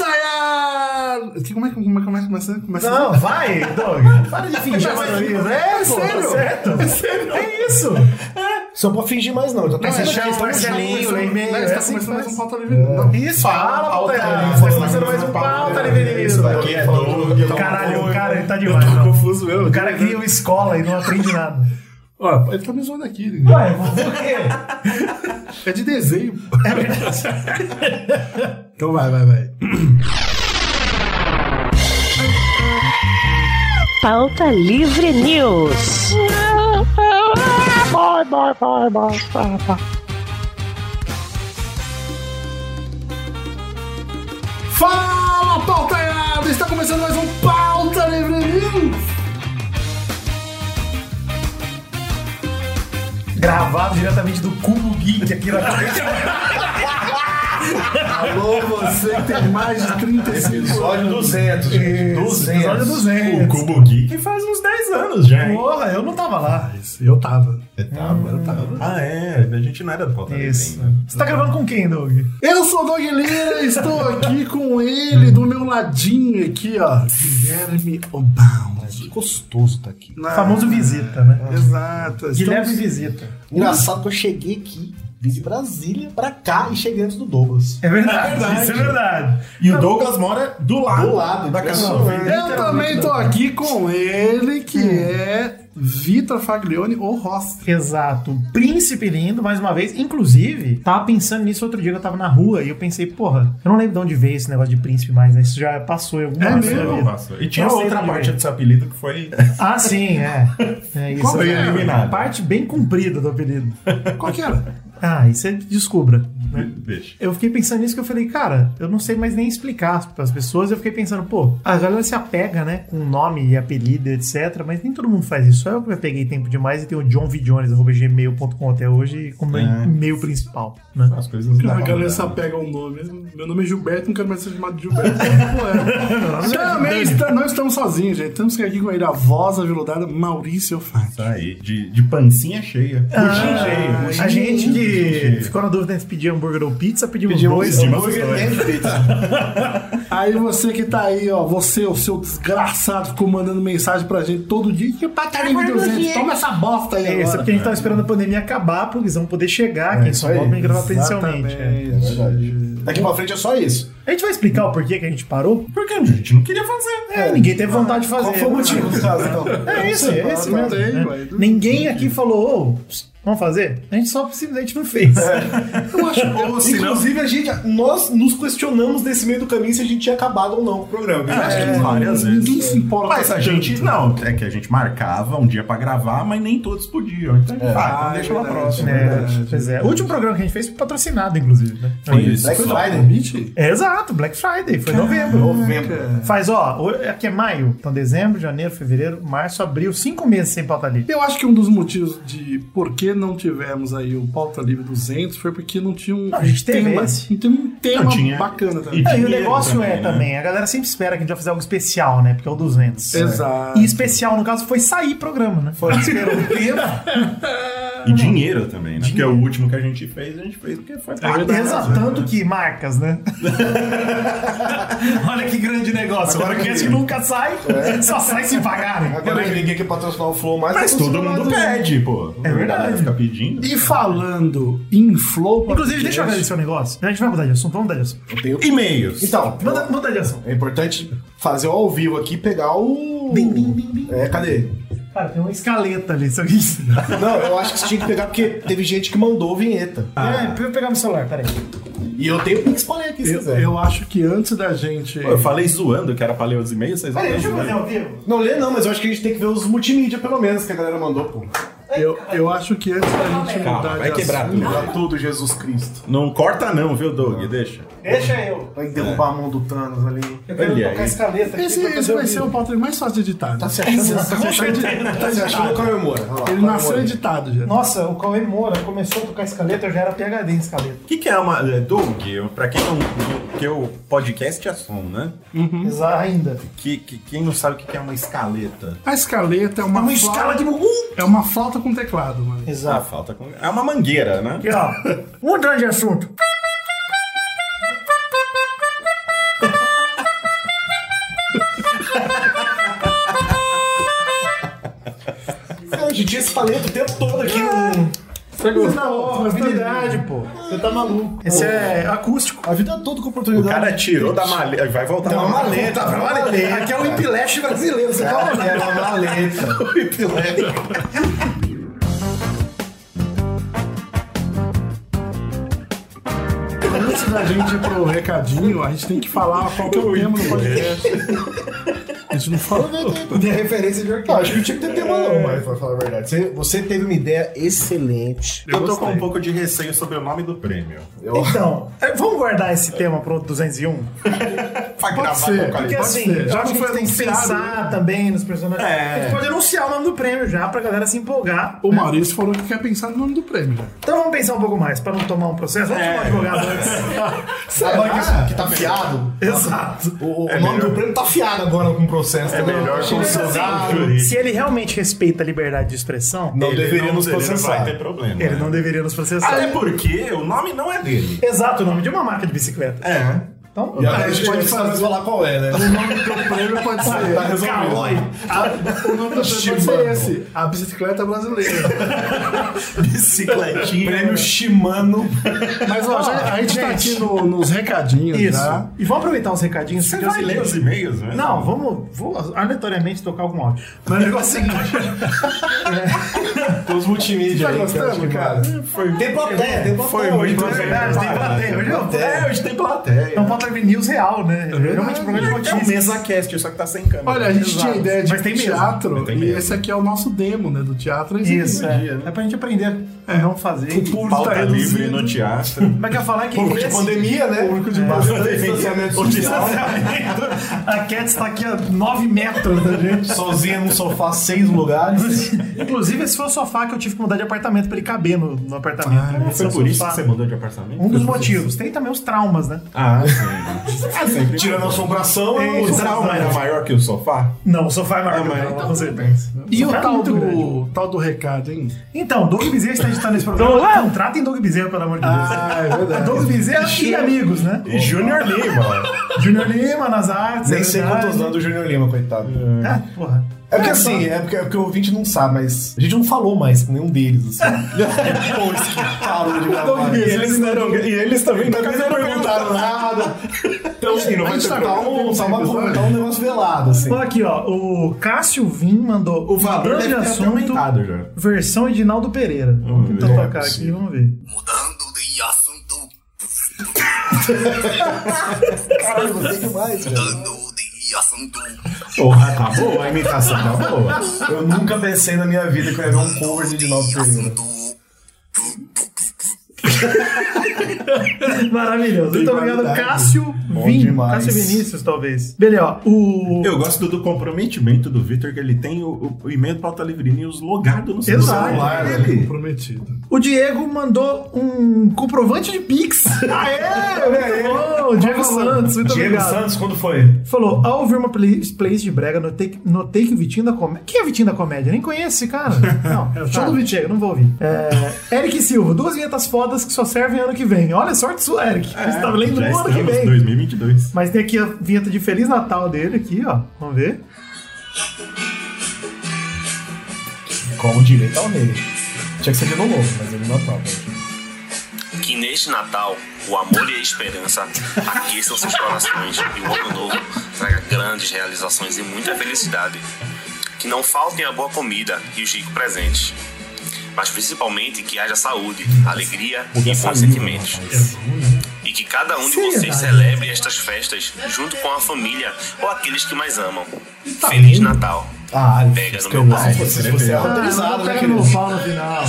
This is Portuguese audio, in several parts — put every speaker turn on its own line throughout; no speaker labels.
Baltaiar! Como é que como é, que começa? começa, começa
Não, vai, Doug. Para de fingir amadorismo. É,
É
pô,
sério?
tá certo.
É sério?
É isso. Só vou fingir mais não. Então tá Já tô
Não,
pensando
é,
já
já estamos-
em Marcelinho,
já começando-
Lemei.
né, está
é assim que
começando mais
faz.
um pauta livre. Não,
Isso, fala, Baltaiar.
Pauta
Está começando mais um pauta, Livre
Isso daqui é Doug.
Caralho, o cara ele então tá demais.
eu tô
não.
confuso mesmo.
O cara cria uma escola e não aprende nada.
Ó, ele tá me zoando aqui. né?
Ué, por quê?
É de desenho. É verdade. então vai, vai, vai.
Pauta Livre News.
Fala, pautaiada! Está começando mais um Pauta Livre News.
Gravado diretamente do Cubo Geek aqui na frente.
Alô, você que tem mais de 35 anos.
Episódio 200, gente. 200.
Episódio 200.
O Cubo Geek faz uns 10 anos já, hein?
Porra, eu não tava lá.
Eu tava.
Você tava, eu tava. Ah, é. A gente não era do Pauta
Isso.
Livre ainda.
Você tá gravando com quem, Doug?
Eu sou o Doug Lira, estou aqui com ele, do meu ladinho aqui, ó. Guilherme Obal.
Gostoso tá aqui.
Na-
Famoso visita, né?
Ah, Exato.
Guilherme
Estamos-
Visita.
Engraçado que eu cheguei aqui, vim de Brasília pra cá e cheguei antes do Douglas.
É verdade, isso é verdade.
E o Douglas mora do lado,
Do lado,
da casa.
impressionante.
Eu também tô aqui com ele, que é Vitor Faglione, o Ross.
Exato. Príncipe lindo, mais uma vez. Inclusive, tava pensando nisso outro dia que eu tava na rua e eu pensei, porra, eu não lembro de onde veio esse negócio de príncipe mais, né? Isso já passou em algum
É
momento
mesmo?
da
Não,
vida.
nossa. E tinha
Não sei
outra
de
parte
onde.
do seu apelido que foi.
Ah, sim, é. É isso.
Qual é?
É uma
Eliminado.
Parte bem comprida do apelido.
Qual que era?
Ah, e você descubra. né?
Deixa.
Eu fiquei pensando nisso que eu falei, cara, eu não sei mais nem explicar para as pessoas. Eu fiquei pensando, pô, a galera se apega, né, com nome e apelido, etc. Mas nem todo mundo faz isso. Só eu que peguei tempo demais e tenho o johnvidjones.gmail.com até hoje como meu
É.
e-mail principal, né?
As coisas não dá
Cara, a
pra
galera
mudar.
só pega um nome. Meu nome é Gilberto, não quero mais ser chamado de Gilberto. Pô, é. Também está- não estamos sozinhos, gente. Estamos aqui com ele, a voz aveludada Maurício Fati.
Tá aí, de, de pancinha cheia. Pudim cheio.
Ah, a
pudim
gente
cheio, pudim
que
cheio.
ficou na dúvida entre pedir hambúrguer ou pizza, pedimos, dois.
de
hambúrguer.
hambúrguer e
Aí você que tá aí, ó, você, o seu desgraçado, ficou mandando mensagem pra gente todo dia. Que pataria de 200, toma essa bosta aí
É, isso é
agora.
porque a gente tava esperando a pandemia acabar, porque eles vão poder chegar aqui em
isso
São Paulo
aí.
pra gente gravar presencialmente. é.
Verdade. Daqui pra frente é só isso.
A gente vai explicar o porquê que a gente parou?
Porque a gente não queria fazer.
É, ninguém teve vontade de fazer.
Qual foi o
né?
motivo do caso, então?
É isso, é esse
não
mesmo.
tem,
né?
ué.
Ninguém aqui falou, ô, pss, vamos fazer? A gente só simplesmente não fez.
Eu acho
assim,
assim, ou se não-
Inclusive, a gente, nós nos questionamos nesse meio do caminho se a gente tinha acabado ou não com o programa. Eu acho que não vale.
Várias vezes.
É, Ninguém se importa.
Mas a
tanto.
gente, não, é que a gente marcava um dia pra gravar, mas nem todos podiam. Então, a gente fala, então
Ah, é
deixa pra
verdade,
próxima.
É, pois é. O último programa que a gente fez foi patrocinado, inclusive, né?
Isso.
Black Friday.
Limite?
É, exato, Black Friday, foi em novembro.
É.
Novembro.
Faz, ó, o- aqui é maio, então dezembro, janeiro, fevereiro, março, abril, cinco meses sem pauta livre.
Eu acho que um dos motivos de por que não tivemos aí o Pauta Livre 200 foi porque não tinha um
a gente teve
tema.
esse.
Não tem um tema
Não tinha.
bacana também.
É, E
E
o
dinheiro
negócio
também,
é
né?
também, a galera sempre espera que a gente vai fazer algo especial, né? Porque é o 200.
Exato.
E especial, no caso, foi sair programa, né? Foi. Esperou um tempo.
E dinheiro também, né? Porque o último que a gente fez, a gente fez porque foi
É
pra
verdade.
Exatando Tá que marcas, né? Olha que grande negócio. Agora que esse que nunca sai, só sai se pagarem.
Agora que ninguém quer patrocinar o Flow mais.
Mas
tá
todo mundo
patrocinado, né?
pede, pô.
É verdade.
Fica pedindo.
E falando em flow,
Inclusive, deixa eu ver esse negócio. A gente vai mudar de assunto, vamos mudar de assunto.
Eu tenho-
E-mails.
Então,
Manda, mudar de assunto.
é importante fazer o ao vivo aqui e pegar o.
Bim, bim, bim, bim.
É, cadê?
Cara, tem uma escaleta ali, se alguém ensinar.
Não, eu acho que você tinha que pegar porque teve gente que mandou vinheta.
É, pra eu pegar meu celular, peraí.
E eu tenho Pix Play aqui, se
eu,
quiser.
eu acho que antes da gente.
Pô, eu falei zoando que era pra ler os e-mails, vocês
Peraí, deixa eu
zoando.
fazer ao vivo.
Não lê não, mas eu acho que a gente tem que ver os multimídia pelo menos que a galera mandou, pô.
Eu, eu acho que antes da gente mudar
Calma, vai
de
quebrar
assunto-
tudo.
Pra tudo, Jesus Cristo.
Não corta não, viu, Doug? Deixa.
Deixa eu.
Vai derrubar a mão do Thanos ali.
Eu quero
Olha
tocar
aí.
a escaleta aqui.
Esse,
pra fazer
esse
ao
vai
vivo.
ser o pauta mais fácil de editar. né?
Tá se achando, tá se achando, tá se achando comemora. Olha lá,
Ele nasceu
comemora.
editado já.
Nossa, o Cauê Moura começou a tocar escaleta, eu já era PHD em escaleta.
O que, que é uma. é, Doug, pra quem não. Porque o podcast é som, né?
Exato, ainda.
Que, que- quem não sabe o que, que é uma escaleta?
A escaleta é uma, flauta-
de... Uh!
É uma flauta com teclado, mano.
Ah,
Exato.
falta com. É uma mangueira, né?
Aqui, ó. Mudando de assunto.
gente tinha esse talento o tempo todo aqui. um
Você tá louco, é novidade, pô.
Você tá maluco.
Esse é acústico.
A vida toda com
O
oportunidade.
cara é tirou da maleta. Vai voltar
Tá
na
uma maleta, tá uma maleta.
Aqui é
um
o Impileste brasileiro, você fala.
É uma maleta.
Antes da gente ir pro recadinho, a gente tem que falar qual que é o tema do podcast. A gente não fala.
Tem referência de orquestra. acho que tinha que ter tema não, mas pra falar a verdade. Você, você teve uma ideia excelente.
Eu tô com um pouco de receio sobre o nome do prêmio.
Então, é, vamos guardar esse tema pro 201?
Vai
Pode ser.
Porque
Pode
assim,
ser. Já
já a
não
gente
foi
tem que
anunciado,
pensar também nos personagens.
É.
A gente pode anunciar o nome do prêmio já pra galera se empolgar.
O Maurício falou que quer pensar no nome do prêmio. né?
Então vamos pensar um pouco mais pra não tomar um processo. Vamos chamar o advogado antes.
Agora que, que tá fiado.
Exato.
O, o nome do prêmio tá fiado agora com o processo.
É
também.
melhor
Achei
consultar
engraçado.
o jurídico.
Se ele realmente respeita a liberdade de expressão,
Não
Ele
deveria nos
ele
processar.
vai ter problema.
ele
né?
não deveria nos processar.
Até porque o nome não é dele.
Exato, o nome de uma marca de bicicleta.
É.
Então,
E
A
agora a
gente
gente
pode
pode
fazer-
tá, falar qual é, né?
O nome do prêmio pode
Tá
ser.
resolvido.
Calói.
Ah,
O nome do prêmio pode ser
Shimano.
esse: A Bicicleta Brasileira.
Bicicletinha.
Prêmio Shimano.
Mas ó, já- a gente tá aqui no- nos recadinhos
isso.
já.
E vamos aproveitar uns recadinhos.
Você
porque é o
vai ler
seguinte-
os e-mails, né?
Não, vamos vou aleatoriamente tocar algum áudio. Mas o negócio é o seguinte.
Tem os multimídia
Tá
é
aí. que eu acho que
gostando, cara?
Tem plateia, tem plateia.
Foi
hoje,
muito
né?
verdade, tem plateia, hoje não tem.
É, hoje tem plateia.
É um pauta news real, né? É realmente um programa de
É um
notícias.
mesa cast, só que tá sem câmera.
Olha, a gente
Exato.
tinha ideia de
Mas tem mesmo.
teatro
Mas tem
e
mesmo.
esse aqui é o nosso demo, né? Do teatro. é
Isso,
aqui.
é. é pra gente aprender a não fazer.
O público
Pauta
tá
livre
reduzido.
no teatro.
Mas quer falar que
Público de
esse-
pandemia, né? Público de bastante distanciamento
O
social.
distanciamento. A Cats tá aqui a 9 metros da gente.
Sozinha num sofá, seis lugares.
Inclusive, esse foi o sofá que eu tive que mudar de apartamento pra ele caber no, no apartamento.
Ah,
Esse é
foi
o
por isso
sofá.
que você mudou de apartamento?
Um dos motivos. Tem também os traumas, né?
Ah, sim.
Tirando a assombração,
É,
eu
O trauma era maior que o sofá?
Não, o sofá é maior
É,
que o
mas
meu,
então
com certeza.
E o
sofá é
tal
muito grande.
do, tal do recado, hein?
Então, Doug Bezerra está editando esse
Então,
programa. Contratem Doug Bezerra, pelo amor de Deus.
Ah, é verdade.
Doug Bezerra e amigos, né?
E Junior Lima.
Junior Lima nas artes.
nem
é
sei
verdade.
quantos anos do Júnior Lima, coitado.
É, porra.
É porque assim, é porque, é porque o ouvinte não sabe, mas a gente não falou mais com nenhum deles, assim. Depois que parou de gravar.
E eles deram-
e Ah, eles também
tá
nunca
deram
perguntaram nada. Então, assim, não
A
vai
gente
ter
tá
problema.
com- né?
Tá uma-
episódio.
tá um negócio velado, assim. Ah,
Ó, aqui, ó. O Cássio Vim mandou.
O valor
mudando de
deve ter até
assunto.
aumentado já.
Versão Edinaldo Pereira. Vamos
ver,
tentar
é
tocar aqui,
possível.
vamos ver.
Mudando de assunto,
Caralho, não tem que mais, velho.
mudando de assunto.
Porra, tá boa. A imitação tá boa.
Eu nunca pensei na minha vida que eu ia ver um cover de Edinaldo Pereira.
Maravilhoso. Muito obrigado,
qualidade.
Cássio
Bom
Vim.
demais.
Cássio Vinícius, talvez. Beleza, ó. O.
Eu gosto do, do comprometimento do Victor, que ele tem o, o, o e-mail do Pauta Livre News logado no seu
Exato.
celular.
Ele.
Ele.
Prometido.
O Diego mandou um comprovante de Pix. Aê! Muito bom! Diego Santos, muito
Diego
obrigado.
Santos, quando foi?
Falou, ao ouvir uma play- playlist de brega, notei, que- notei que o Vitinho da Comédia... Quem é Vitinho da Comédia? Nem conhece, cara. Não, show do Vitinho, não vou ouvir. É, Eric Silva, duas vinhetas fodas que só servem ano que vem. Olha, sorte sua, Eric. Você tá lendo
já
no ano que
estamos
vem.
em 2022.
Mas tem aqui a vinheta de Feliz Natal dele aqui, ó. Vamos ver.
Como direito ao rei. Tinha que ser de novo, mas ele não tava.
Que neste Natal, o amor e a esperança aqueçam seus corações e o ano novo traga grandes realizações e muita felicidade. Que não faltem a boa comida e os ricos presentes. Mas principalmente que haja saúde, alegria e bons sentimentos. E que cada um de vocês celebre estas festas junto com a família ou aqueles que mais amam. Feliz Natal.
Ah,
Pega no meu pau.
Se você é
Ah,
autorizado,
não
né,
pega
querido?
no pau no final.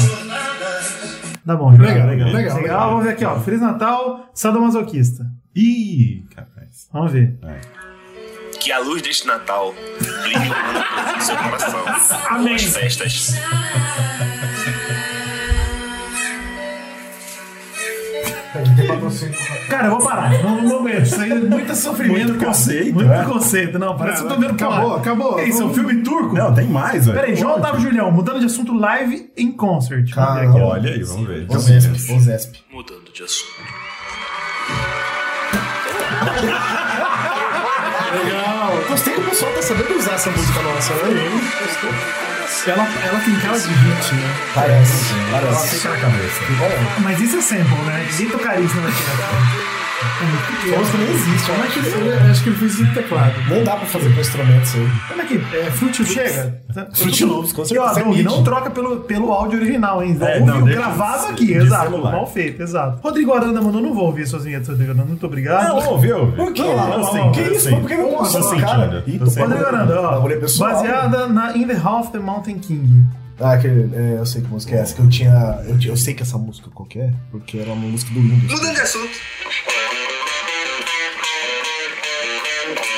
Tá bom, já.
Legal, legal.
Legal,
legal.
vamos ver aqui, ó. Feliz Natal, sadomasoquista.
Ih, capaz. Ah.
Vamos ver.
Que a luz deste Natal brilhe o ano todo no seu coração.
Amém.
Boas festas.
Cara, eu vou parar. Não, não aguento. Isso aí é muito sofrimento.
Muito
cara.
conceito,
Muito
é.
conceito. Não, parece que eu tô vendo
Acabou,
porra.
acabou.
Que Isso é um filme turco?
Não, tem mais, velho.
Peraí, João Otávio Julião, mudando de assunto live em concert. Vamos ver
Cara,
aqui, ó.
Olha aí, vamos ver. Então,
Ô Zesp, ô Zesp.
Mudando de assunto.
Ah, Gostei que o pessoal tá sabendo usar essa música nossa, né?
Ela, ela tem cara de hit, né?
Parece.
Ela fica na cabeça. Mas isso é sample, né? Ninguém tocaria isso na batida.
A música nem existe.
Acho é. que ele- acho que ele fez no teclado.
Não dá pra fazer com instrumentos aí.
Como é que é? Fruit Loops. Chega.
Fruit Loops, com
E ó,
certeza.
Doug,
Isso é
não
midi.
troca pelo, pelo áudio original, hein?
É,
Ouve
não,
o
deixa
gravado
de-
aqui,
de
exato.
celular.
Mal feito, exato. Rodrigo Aranda mandou, não vou ouvir suas vinhetas, Rodrigo Aranda, muito obrigado.
Não, ouviu?
Por quê?
Não, não,
Assim,
não,
que
assim.
isso? Por que não
Tô
passou na
sentindo,
cara?
tô
Ih, tô
sentindo.
Rodrigo Aranda, ó.
Bagulho é pessoal,
baseada na In the Half of the Mountain King.
Ah, que, é, eu sei que música é essa, que eu tinha. Eu, tinha- eu sei que essa música qual que é, porque era uma música do Windows.
Mudando de assunto.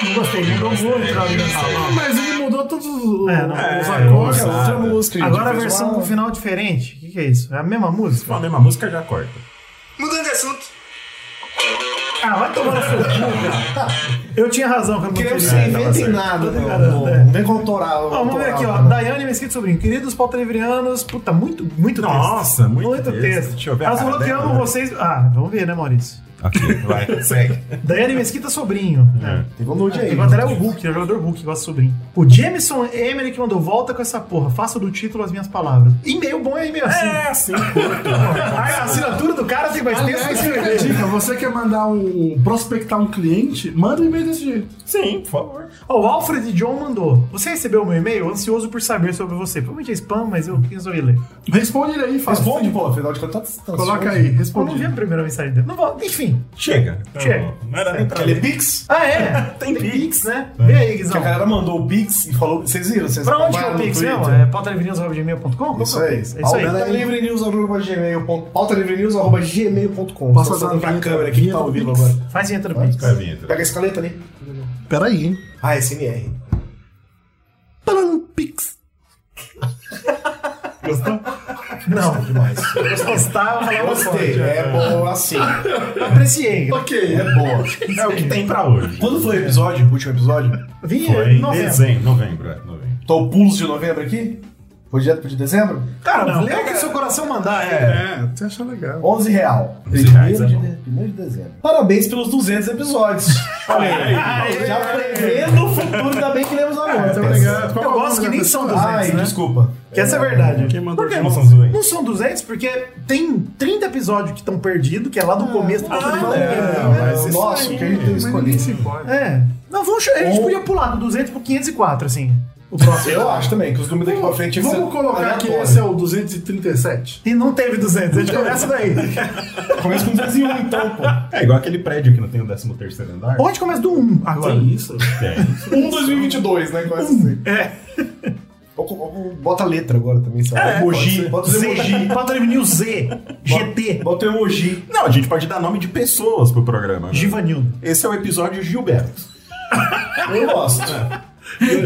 Não gostei, não vou entrar no In the Half.
Mas ele mudou todos os,
É, não.
os
É,
acordes.
é outra música, gente.
Agora a
Fez
versão
uma-
com final diferente. O que, que é isso? É a mesma
Pô, a
música?
mesma música já corta.
Mudando de assunto.
Ah, vai tomar no seu cu, cara. Eu tinha razem quando eu não
Eu
fiz
sei, né?
nada.
inventem nada,
Rodrigo
não,
Aranda,
não,
é.
não vem com autoral.
Ó, vamos ver
autoral,
aqui, ó.
né?
Daiane Mesquita Sobrinho. Queridos pauta-livrianos. Puta, muito, muito
Nossa,
texto.
muito texto.
texto.
Deixa eu ver a
Elas
cara
falou que
dela,
amam
né?
vocês... Ah, vamos ver, né, Maurício?
Ok, vai, segue.
Daiane Mesquita Sobrinho. É.
Teve um nude aí.
Agora era o Hulk, é o jogador Hulk, gosta de sobrinho. O Jameson Emery que mandou volta com essa porra. Faça do título as minhas palavras. E-mail bom é e-mail assim.
É, assim.
A assinatura do cara tem mais texto que
Aliás, fica a
escrever.
dica, você quer mandar um. prospectar um cliente, manda um e-mail desse jeito.
Sim, por favor.
Ó, o Alfred John mandou. Você recebeu meu e-mail? Ansioso por saber sobre você. Provavelmente é spam, mas eu resolvi ler.
Responde ele aí, fala.
Responde, pô, afinal de contas, tá
Coloca aí,
Eu não
responde.
vi a primeira mensagem dele. Não vou, enfim.
Chega.
Chega.
Tá bom. Não era nem pra ler.
Telepix?
Ah, é? Tem, Pix, né? Vê aí,
Que a
Guizão.
galera mandou o Pix e falou. Vocês viram? Vocês
Pra onde que é
acompanharam
o
no
Pix
Twitter?
mesmo? É pautalivrinhos.gmail.com?
Isso aí.
É isso aí.
Pauta livre news, arroba gmail. Pauta livre news, arroba gmail.com.
Posso
Posso
dar
dar pra
uma
câmera aqui que tá
vinheta do
ouvindo
Pix?
agora.
Faz a entrada do Pix.
Vai, vinheta.
Pega a escaleta ali.
Peraí, hein?
Ah, SMR.
Palam, Pix.
Não.
Demais.
Gostava,
Eu
falava
Gostei.
forte, é.
É boa assim.
Apreciei.
ok, é boa.
É o que tem pra hoje.
Quando foi o episódio, o último episódio?
Vim
Foi em
em novembro.
dezembro. Novembro, é. Novembro.
Tô pulos de novembro aqui? Foi direto pro de dezembro?
Cara, não, lê o que seu coração mandar. É.
É, você acha legal.
11 real.
11 reais,
Primeiro
é
de, primeiro de dezembro. Parabéns pelos 200 episódios.
Aê.
Já prevendo o futuro, ainda bem que lemos agora.
Muito obrigado. Qual
Eu
é o
gosto
nome
que
da
nem
pessoa?
são 200,
Ai,
né?
desculpa.
Que essa é a verdade.
Quem mandou
Por que
junto?
não são
Não são
200?
200?
Não são 200 porque tem 30 episódios que estão perdidos, que é lá do começo. pra todo mundo.
É, mas nossa, o que a gente tem
Mas ninguém se
escolhido.
importa.
É. Não, vamos, a gente
Ou-
podia pular do 200 pro 504, assim. O próximo.
Eu acho também que os números daqui pra frente
Vamos
vão ser
colocar que
aleatórios.
esse é o 237.
E não teve 200, a gente começa daí.
Começa com 201, então, pô.
É igual aquele prédio que não tem o 13 terceiro andar.
Ou a gente começa do 1 agora.
isso?
Tem.
Um 2022, né? Começa assim.
É.
Ou- ou- ou Bota a letra agora também, sabe? É, emoji. Bota os emoji.
Z. Bota o News Z. GT.
Bota o emoji.
Não, a gente pode dar nome de pessoas pro programa. né?
Givanildo.
Esse é o episódio Gilberto.
Eu gosto.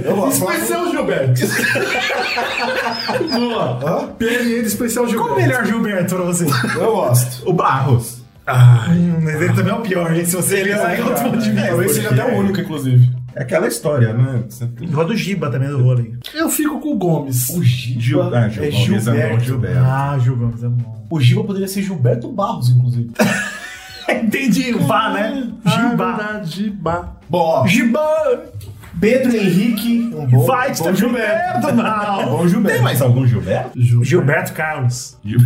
Eu gosto.
Especial Gilberto. Boa. PNN Especial Gilberto.
Qual o melhor Gilberto pra você?
Eu gosto.
O Barros.
Hum, mas ele também é o pior, hein? Se você ele sai outro ponto de vista.
Talvez seja até o único, inclusive.
É aquela história, né? Você tem-
Igual do Giba também do vôlei.
Eu fico com o Gomes.
O Giba
Gil... Ah, Gil...
é
Gilberto.
Gilberto.
Gilberto.
Ah, Gil Gomes é bom.
O Giba poderia ser Gilberto Barros, inclusive.
Entendi, o Bá, né?
Ah,
Giba.
verdade, Giba.
Bom, ó,
Giba!
Pedro Henrique. Um bom,
Vai,
bom
tá
Gilberto.
Gilberto, não!
Bom Gilberto.
Tem mais algum Gilberto?
Gilberto Carlos.
Gil...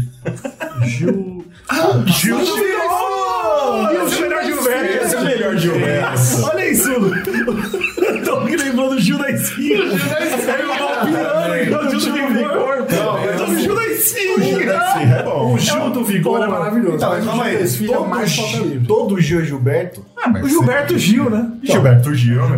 Gil.
Gil Gilberto! melhor Gilberto!
Esse é o melhor Gilberto.
Olha isso! Tô me lembrando do Gil da Esquina. É Gil da Esquina! É o Gil do Vigor! Não, é o Gil da Esquina!
É bom.
O Gil do
né,
Vigor é maravilhoso.
Então,
Tá, mas calma aí.
Desfile é
Todo
mais
Gil-
falta livre.
Todo Gil é Gilberto.
O Gilberto Gil, né?
Gilberto Gil. né?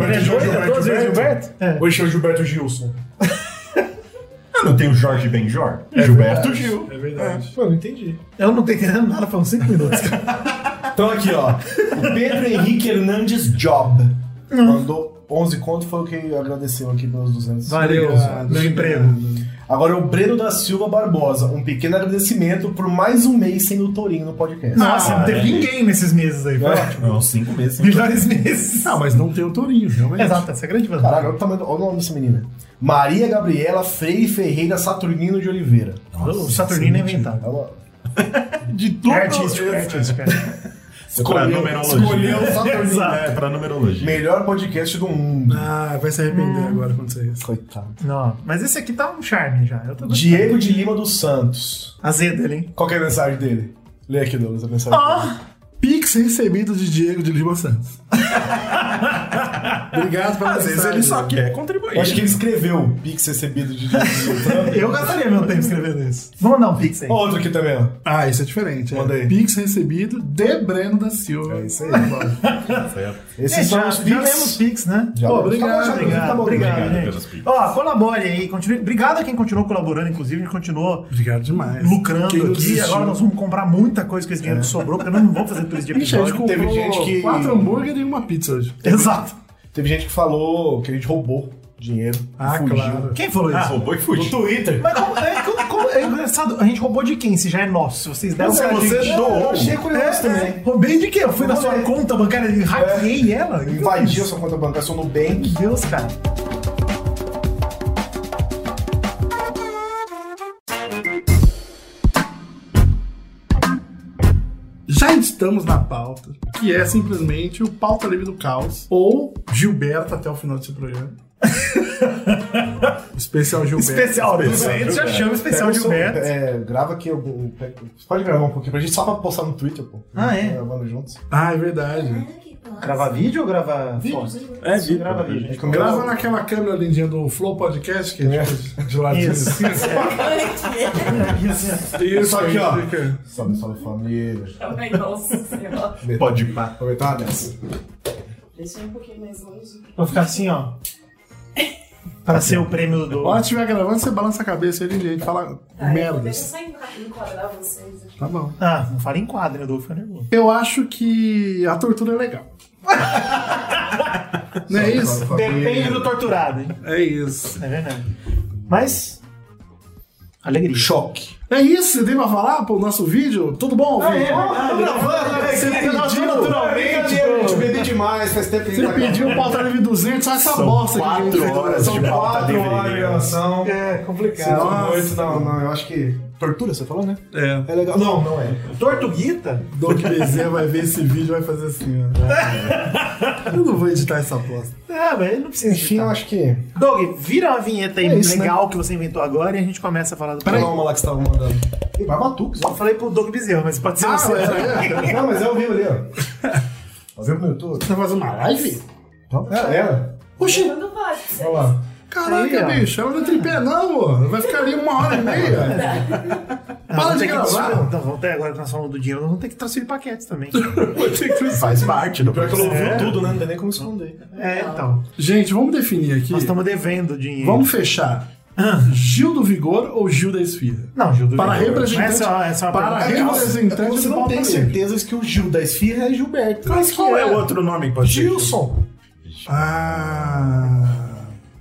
Todos eles Gilberto? É.
Hoje é o Gilberto Gilson.
Ah, Não tem o Jorge
É
Benjor? Gilberto Gil.
É verdade.
Pô, não entendi.
Eu não tô entendendo nada, foram 5 minutos.
Então aqui, ó. O Pedro Henrique Hernandes Job. Hum. Mandou 11 conto, foi o que agradeceu aqui pelos 200.
Valeu, meu emprego.
Agora é o Breno da Silva Barbosa. Um pequeno agradecimento por mais um mês sem o Torinho no podcast.
Nossa, não teve
é.
ninguém nesses meses aí, foi ótimo.
Não, É cinco meses. sem
Melhores meses.
Ah, mas não tem o Tourinho, realmente.
Exato, essa é a grande vantagem.
Caralho, olha o, tamanho do- olha o nome dessa menina. Maria Gabriela Freire Ferreira Saturnino de Oliveira.
o Saturnino é inventado.
Ela-
De tudo.
É artístico, é artístico. é.
Pra numerologia.
escolheu só pra mim.
É, pra numerologia.
Melhor podcast do mundo.
Ah, vai se arrepender agora quando você isso.
Coitado.
Não, mas esse aqui tá um charme já. Eu tô gostando.
Diego de Lima dos Santos.
Azedo ele, hein?
Qual que é a mensagem dele? Lê aqui, Douglas, a mensagem dele.
Pix recebido de Diego de Lima Santos. Obrigado pela
Às vezes
mensagem.
ele só quer contribuir.
Eu acho que é ele escreveu Pix recebido de Diego de Lima dos Santos.
Eu gastaria meu tempo escrevendo isso. Vamos mandar um pix aí.
Outro aqui também, ó.
Ah, isso é diferente.
Manda
É.
aí.
Pix recebido de Breno da Silva.
É isso aí.
Certo.
Esses
É,
são
já,
os
já
Pix.
lemos pix, né?
Já
Pô,
lemos.
obrigado,
Tá bom, já lemos,
Obrigado,
tá bom.
obrigado,
Obrigado pelos
gente.
pix.
Ó, colabore aí. Continue... Obrigado a quem continuou colaborando, inclusive. A gente continuou
Obrigado demais. Quem
lucrando
não
aqui.
desistiu.
Agora nós vamos comprar muita coisa com esse dinheiro que sobrou, porque nós não vamos fazer tudo isso de
Ixi, a gente
episódio.
comprou
Teve gente que-
quatro hambúrguer e uma pizza hoje.
Exato.
Teve gente que falou que a gente roubou dinheiro.
Ah,
fugiu.
claro.
Quem falou
Ah,
isso?
roubou e fugiu.
Twitter.
Mas como, é, como- como- é engraçado, a gente roubou de quem? Se já é nosso, se vocês deram
Mas
pra
é,
gente.
você doou. Eu achei curioso
É, é.
também.
Roubei de quê? Eu fui na sua
Roubei.
conta bancária e hackeei ela? Que
Invadiu
isso?
sua conta bancária, seu Nubank.
Meu Deus, cara.
Já estamos na pauta, que é simplesmente o Pauta Livre do Caos, ou Gilberto até o final desse programa. especial Gilberto.
Especial,
Especial,
Eles já
Gilberto.
chamam é especial
Pega o seu-
Gilberto.
É, grava aqui algum. pega- Você pode gravar um pouquinho pra gente só pra postar no Twitter, pô.
Ah, é?
Gravando juntos.
Ah, é verdade.
Gravar vídeo ou gravar foto?
É, vídeo.
Grava vídeo.
É que o meu-
Grava naquela câmera lindinha do Flow Podcast, que é tipo de ladinho.
Isso.
Isso,
Só aqui,
aí
ó.
fica-
Salve, salve família.
Ai, nossa senhora.
Pode ir.
Vou Aproveitar uma dessa.
Deixa eu ir um pouquinho mais longe.
Vou ficar assim, ó. Pra ser o prêmio do.
Quando estiver gravando, você balança a cabeça aí de jeito, fala
Tá, eu- Deixa eu
merdas.
só enca- enquadrar vocês aqui.
Tá bom.
Ah, não fala em quadro, né? Dolfo é nervoso.
Eu acho que a tortura é legal. Não é isso?
Depende do torturado, hein?
É isso.
É verdade. Mas. Alegria.
Choque.
É isso? Você tem pra falar pro nosso vídeo? Tudo bom? ouvinte?
Você pediu naturalmente. Eu te bebi demais, faz tempo que tá
Você pediu pauta livre 200, olha essa bosta aqui. que a gente fez.
São
de pauta
tá
quatro
livre.
horas de gravação.
É complicado.
Não, oito, não, não, eu acho que. Tortura, você falou, né?
É.
É legal. Não, não é.
Tortuguita?
Doug Bezerra vai ver esse vídeo e vai fazer assim, ó. Eu não vou editar essa bosta.
Ah, mas não precisa.
Enfim, eu
editar.
acho que.
Doug, vira uma vinheta aí
É isso,
legal que você inventou agora e a gente começa a falar do.
Peraí. Não, lá que você tava mandando. Vai Batuques, ó.
Eu falei pro Doug Bezerra, mas pode ser você.
Não, mas é ao vivo ali, ó. Ao vivo no YouTube.
Tá fazendo uma live?
É, ela.
Oxi,
Quando pode.
Olha lá.
caraca,
Aí, ó.
bicho, ela não é tripé não, pô. Vai ficar ali uma hora e meia.
Ah,
Para
vamos
de
ter que
gravar.
transferir- Então, vamos ter agora que nós falamos do dinheiro, nós vamos ter que transferir paquetes também.
Faz parte do Pior que
Ela ouviu tudo, né? Não tem nem como esconder.
é, então.
Gente, vamos definir aqui.
Nós estamos devendo dinheiro.
Vamos fechar. Gil do Vigor ou Gil da Esfirra?
Não, Gil do
Para
Vigor.
representante-
Essa, essa é uma
para
pergunta.
representante
Você
do
não
Pauta
tem
Livre.
certezas que o Gil da Esfirra é Gilberto.
Mas qual é o outro nome que pode ser?
Gilson.
Ah.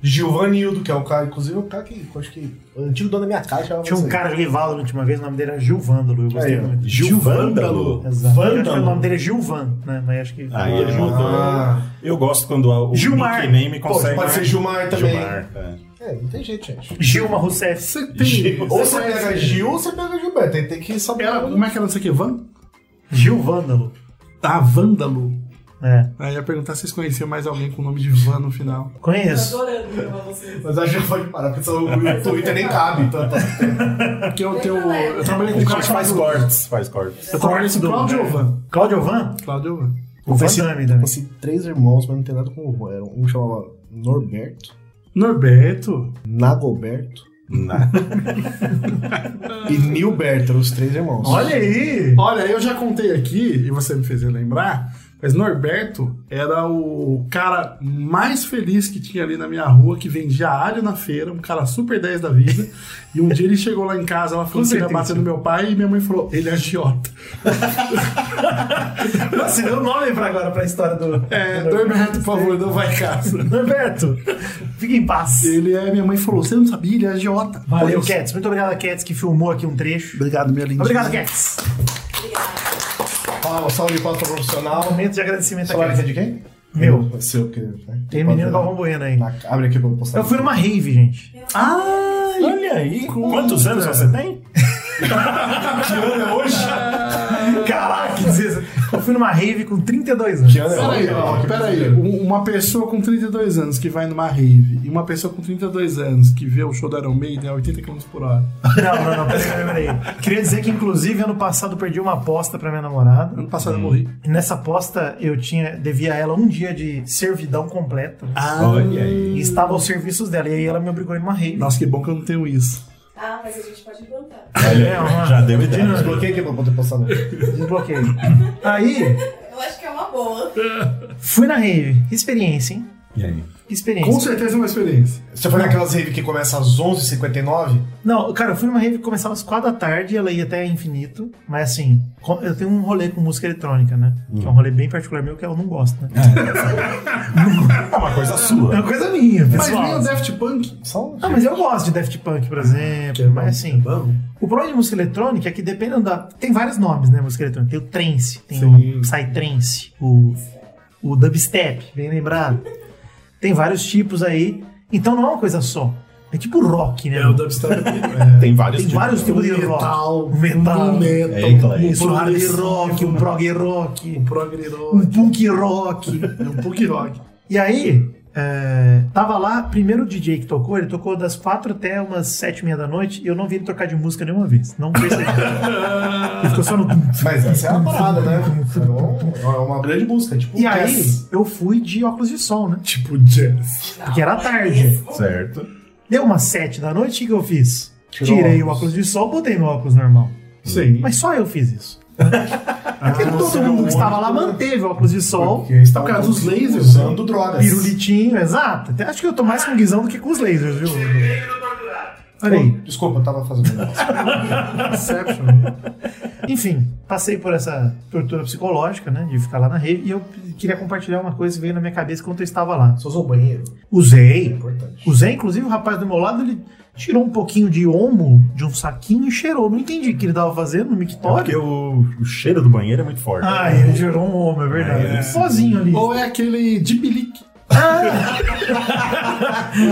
Gilvanildo, que é um cara, inclusive, um cara que eu acho que o antigo dono da minha casa. chamava
Tinha um
isso aí.
cara rival na última vez, o nome dele era Gil Vândalo. Eu gostei
Aí, ó.
muito.
Gil Vândalo.
Exato. Eu acho que O
Vândalo.
nome dele é Gilvan, né? Mas acho que.
Aí é ele mudou.
Ah.
Eu gosto quando a- o
Gilmar.
nickname
Pô,
consegue...
pode ser Gilmar também.
Gilmar, é.
É, não tem jeito, gente.
Gilma Rousseff.
Você tem.
Ou você pega Gil ou você pega Gilberto. Aí tem que saber.
Ela, como é que ela não sei o que? Van?
Gil Vândalo.
Ah, Vândalo.
É.
Aí eu ia perguntar se vocês conheciam mais alguém com o nome de Van no final.
Tô
Conheço.
tá adorando gravar vocês.
Mas acho que pode parar, porque senão o Twitter nem cabe. tá, Tanto.
Porque eu tenho. é Eu trabalhei com um
A
cara
gente faz
chamado.
cortes, faz cortes.
Eu trabalhei com o Claudio Van.
Claudio Van?
Claudio Van.
O Van Damme também.
Assim, três irmãos, mas não tem nada com o Juan. Era Um chamava Norberto,
Norberto.
Nagoberto
Na-
e Nilberto. Eram os três irmãos.
Olha aí!
Olha, eu já contei aqui, e você me fez lembrar, mas Norberto era o cara mais feliz que tinha ali na minha rua, que vendia alho na feira, um cara super 10 da vida. e um dia ele chegou lá em casa, ela falou que ia
certeza.
bater no meu pai, e minha mãe falou: ele é agiota.
Você deu nome pra agora pra história do.
É, Norberto, por favor, não vai em casa.
Norberto, fique em paz.
Ele é, minha mãe falou, você não sabia, ele é agiota.
Valeu,
Olha,
Cats. Muito obrigado a Cats que filmou aqui um trecho.
Obrigado, minha linda.
Obrigado, Cats.
Ó, salve de pauta profissional.
Momento de agradecimento a
Salário
Cats.
é de quem? Tá.
Meu.
É Seu, porque. Né?
Tem menino Galvão Bueno aí.
Na- Abre aqui pra eu postar.
Eu fui numa rave, gente.
Olha aí. Quantos anos você tem?
é
Caraca, que desespero. Eu fui numa rave com 32 anos.
Que ano é
Peraí,
rock?
ó, peraí. Um- Uma pessoa com 32 anos que vai numa rave e uma pessoa com 32 anos que vê o show do Iron Maiden a 80 km por hora.
Não, não, não, peraí, peraí. Queria dizer que, inclusive, ano passado eu perdi uma aposta pra minha namorada.
Ano passado eu morri.
E Nessa aposta eu tinha, devia a ela um dia de servidão completa.
Olha aí.
E estava aos serviços dela. E aí ela me obrigou a ir numa rave.
Nossa, que bom que eu não tenho isso.
Ah, mas a gente pode implantar.
Olha,
É, uma-
já deu ideia.
Desbloqueei aqui pra poder passar. Né?
Desbloqueei. Aí,
Eu acho que é uma boa.
fui na rave. Experiência, hein?
E aí?
Experiência.
Com certeza é uma experiência.
Você foi naquelas rave que começa às 11h59?
Não, cara, eu fui numa rave que começava às quatro da tarde, ela ia até infinito. Mas assim, co- eu tenho um rolê com música eletrônica, né? Que é um rolê bem particular meu que eu não gosto, né?
É uma coisa sua.
É uma coisa minha,
Mas
pessoal.
nem o Daft Punk.
Só
Ah, mas eu gosto de Daft Punk, por exemplo. Mas assim, o problema de música eletrônica é que dependendo da. Tem vários nomes, né? Música eletrônica. Tem o trance, tem o psytrance, o, o dubstep, bem lembrado. Tem vários tipos aí. Então não é uma coisa só. É tipo rock, né?
É, o dubstep é.
Tem vários
tem vários tipos de rock.
metal,
O metal.
um metal,
É, então, é
um
Isso, um hard
progressivo,
rock, um prog rock,
um prog rock,
um punk rock.
é um punk rock.
E aí, é, tava lá, primeiro DJ que tocou, ele tocou das quatro até umas sete e meia da noite, e eu não vi ele trocar de música nenhuma vez. Não percebi. ele ficou só no...
Mas essa é uma parada, né? É uma- É uma grande busca. Tipo,
E aí,
Cass.
eu fui de óculos de sol, né?
Tipo jazz.
Porque era
é
tarde.
Certo.
Deu umas sete da noite, o que que eu fiz?
Tirou
Tirei o
óculos.
óculos de sol, botei meu óculos normal.
Sim.
Mas só eu fiz isso.
Ah,
Porque todo mundo que estava lá manteve o óculos de sol.
é um Porque eles estavam
Por causa dos lasers, né?
usando drogas.
Pirulitinho, exato. Até acho que eu tô mais com guizão do que com os lasers, viu? Olha aí.
Desculpa, eu tava fazendo um negócio.
Inception.
Enfim, passei por essa tortura psicológica, né? De ficar lá na rede. E eu queria compartilhar uma coisa que veio na minha cabeça enquanto eu estava lá.
Você usou o banheiro?
Usei.
Importante.
Usei, inclusive, o rapaz do meu lado, ele tirou um pouquinho de omo de um saquinho e cheirou. Não entendi o que ele tava fazendo no
É Porque
mictório.
o, o cheiro do banheiro é muito forte.
Ah, ele gerou um omo, é verdade.
É.
Sozinho ali.
Ou é aquele Deep Leak.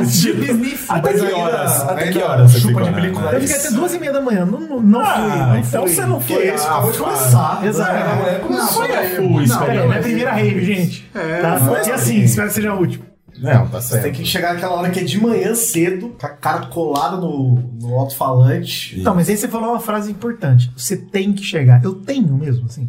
Tipo,
Até
que horas? Até que horas você
Chupa
ficou
de
na-
bilico né?
na-
Eu fiquei até duas e meia da manhã. Não, não, não fui. Não
então
fui.
você não
Que
foi.
isso? Acabou de
Ah,
começar.
Exato.
Agora
Não,
começou.
pera aí.
Fui,
Não,
Peraí,
espera.
não é a primeira rave, gente.
É,
tá?
não,
E
não.
assim, espero que seja a última.
Não, tá
Você
certo.
tem que chegar naquela hora que é de manhã cedo, com a cara colada no, no alto-falante.
Não, mas aí você falou uma frase importante. Você tem que chegar. Eu tenho mesmo, assim.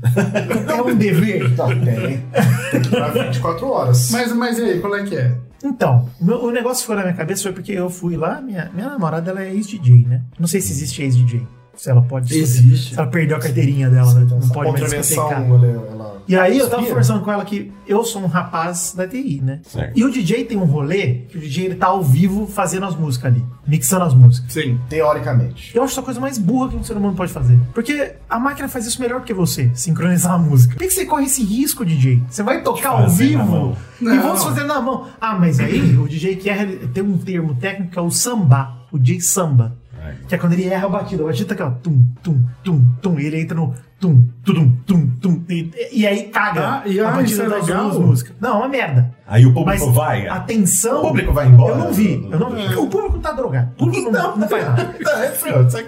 é um dever.
Não, tem. Tem que durar 24 horas.
Mas, mas e aí, qual é que é?
Então, o meu- o negócio que foi na minha cabeça foi porque eu fui lá, minha, minha namorada ela é ex-DJ, né? Não sei se existe ex-DJ. Se ela pode. discutir.
Existe.
Se ela perdeu a carteirinha dela, né? Não
Essa
pode mais
contravenção,
discotecar.
ela, ela...
E aí eu tava
Inspira.
conversando com ela que eu sou um rapaz da TI, né?
Certo.
E o DJ tem um rolê que o DJ ele tá ao vivo fazendo as músicas ali, mixando as músicas.
Sim.
Teoricamente.
Eu acho isso a coisa mais burra que um ser humano pode fazer. Porque a máquina faz isso melhor que você, sincronizar a música. Por que que você corre esse risco, DJ? Você vai tocar ao
fazer na
vivo
mão.
e vamos fazer na mão. Ah, mas aí o DJ que erra, ele tem um termo técnico que é o samba, o DJ samba.
Ai.
Que é quando ele erra a batida. A batida tá aqui, ó. Tum, tum, tum, tum. E ele entra no tum, tudum, tum, tum. E, e aí caga
Ah, e
a
ah, isso
batida
é
das
legal?
duas músicas. Não, é uma merda.
Aí o público
Mas
vai.
a tensão.
O público vai embora?
Eu não vi. Eu não vi. O público tá drogado. O público não, não faz nada.
É,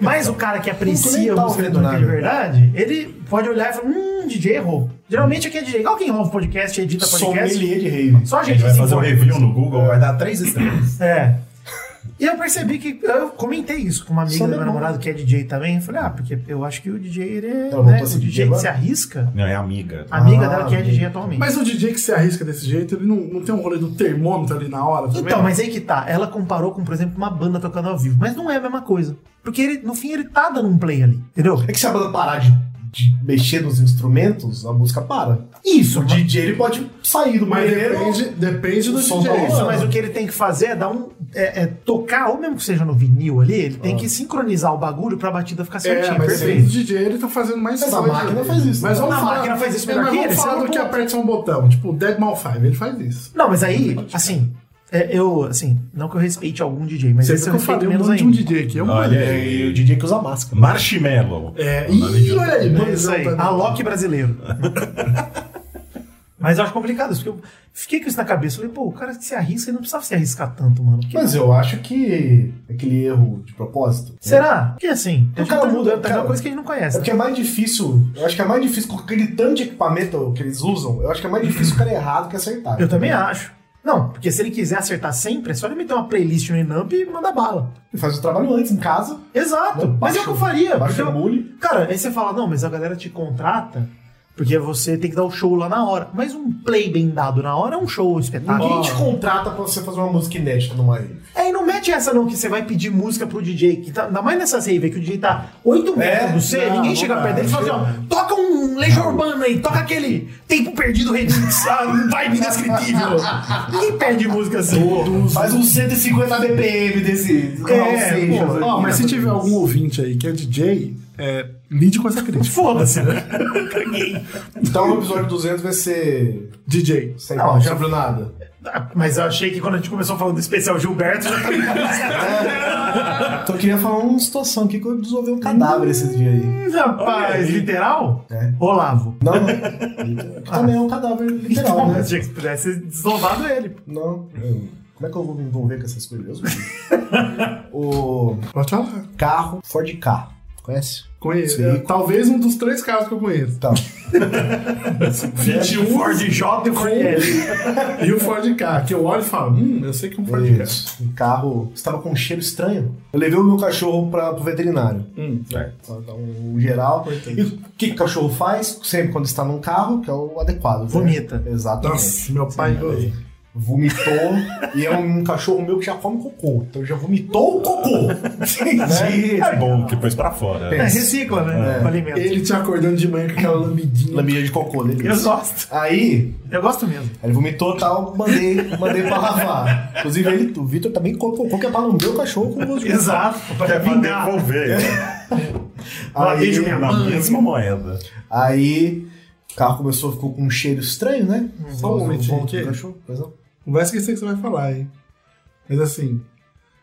Mas o cara que aprecia
nem
a
tá
música
ouvindo
eletrônica de
nada.
verdade, ele pode olhar e falar, hum, DJ errou. Geralmente aqui é DJ. Igual quem ouve podcast, edita podcast.
Sommelier de rave.
Só a
A gente
gente
vai
se
fazer um
importa.
review no Google, vai dar três estrelas.
É. E eu percebi que. Eu comentei isso com uma amiga do meu namorado que é DJ também. Eu falei, ah, porque eu acho que o DJ ele é.
tá
Ela
Né,
voltou a
o
ser
DJ,
DJ
que
agora?
se arrisca.
Não, é amiga.
A amiga
Ah,
dela que é
ok.
DJ atualmente.
Mas o DJ que se arrisca desse jeito, ele não, não tem um rolê do termômetro ali na hora também?
Então, mas aí que tá. Ela comparou com, por exemplo, uma banda tocando ao vivo. Mas não é a mesma coisa. Porque ele, no fim ele tá dando um play ali, entendeu?
É que se a banda parar de, de mexer nos instrumentos, a música para.
Isso,
O DJ ele pode sair do
Mas
banheiro.
depende, depende do
o som
DJ.
da
Isso,
Mano.
mas é o que ele tem que fazer é dar um. É, é tocar, ou mesmo que seja no vinil ali, ele tem que sincronizar o bagulho pra batida ficar certinha,
Ah. É, mas o
perfeito.
DJ ele tá fazendo mais
Mas a
coisa.
máquina faz isso,
Mas
né?
vamos
A
falar,
máquina faz isso
É,
melhor
mas
que
vamos
ele,
falar
você
do
não
que
pode.
aperta só um botão. Tipo, o Dead Mal 5, ele faz isso.
Não, mas aí, assim, é, eu, assim, não que eu respeite algum DJ, mas
Você
esse
viu que
eu
eu
respeito
falei um
menos
monte de um
ainda.
DJ aqui. É um
Olha
rolê.
aí. Tá
o DJ que usa máscara.
Marshmallow.
É,
O nome de
ih,
um-
olha aí.
É isso aí,
Tá-
Alok brasileiro. Mas eu acho complicado isso, porque eu fiquei com isso na cabeça. Eu falei, pô, o cara que se arrisca, ele não precisava se arriscar tanto, mano. Porque-
Mas eu acho que é aquele erro de propósito.
Será? Porque assim, a
É. O
gente
cara
tá
muda,
mudando, tá
cara.
uma coisa que a gente não
É
conhece.
porque
né?
é mais difícil. Eu acho que é mais difícil com aquele tanto de equipamento que eles usam. Eu acho que é mais difícil o cara errado que acertar.
Eu também acho. Não, porque se ele quiser acertar sempre, é só ele meter uma playlist no Inamp e mandar bala.
Ele faz o trabalho antes, em casa.
Exato.
Não,
mas é o
baixa
que eu
o-
faria.
baixa
porque
o mule.
eu, cara, aí você fala, não, mas a galera te contrata porque você tem que dar o show lá na hora. Mas um play bem dado na hora é um show, um espetáculo.
Ninguém te contrata pra você fazer uma música inédita numa rave.
É, e não mete essa não, que você vai pedir música pro DJ, que tá, ainda mais nessas raves aí, que o DJ tá 8 metros do você,
não,
ninguém
não
chega
dá,
perto dele e fala
não
assim, ó, toca um Legião Urbana aí, toca aquele Tempo Perdido Remix, a vibe indescritível. ninguém pede música assim.
Faz um uns 150 BPM desse.
É, pô,
Ó, mas se tiver algum ouvinte aí que é DJ, é, lide com essa crítica.
Foda-se, né? Caguei.
Então o episódio 200 vai ser.
DJ.
Sem
Não,
pau,
já-
sobre nada.
Ah, Mas eu achei que quando a gente começou falando do especial Gilberto, já tá
Então eu queria falar uma situação aqui que eu resolvi um cadáver esses dias aí.
tá... Rapaz, literal? Olavo. Então,
Não, não. Que também é um cadáver literal, né?
Achei que pudesse ter desovado ele.
Não. Como é que eu vou me envolver com essas coisas? o
Pode falar.
carro, Ford K. Conhece?
Conheço.
Sim.
É, talvez um dos três casos que eu conheço.
Tá.
21 Ford J e o Ford L.
E o Ford K, que eu olho e falo, hum, eu sei que é um Ford K.
Isso. Um carro estava com um cheiro estranho. Eu levei o meu cachorro para o veterinário.
É.
Pra dar um geral. E o que, que o cachorro faz? Sempre quando está num carro, que é o adequado. né?
Vomita.
Exatamente.
Nossa, meu pai.
Vomitou. e é um cachorro meu que já come cocô. Então já vomitou o cocô. Né? Entendi.
É bom que pôs pra fora.
É, recicla, né? O alimento.
Ele te acordando de manhã com aquela
Uhum.
lambidinha.
Lambia de cocô,
Eu
delícia.
gosto.
Aí,
Eu gosto mesmo.
Aí Ele vomitou e tal, mandei, mandei pra lavar. Inclusive, ele, o Vitor também colocou que é pra lamber o cachorro com o gosto de cocô.
Exato.
É
Pra
pra
vingar.
devolver
Beijo, minha
na
mãe.
mesma moeda.
Aí, o carro começou, ficou com um cheiro estranho, né?
Só um momentinho
Vômito do
aqui.
cachorro, é um pois não.
Não vai esquecer que você vai falar, hein? Mas assim,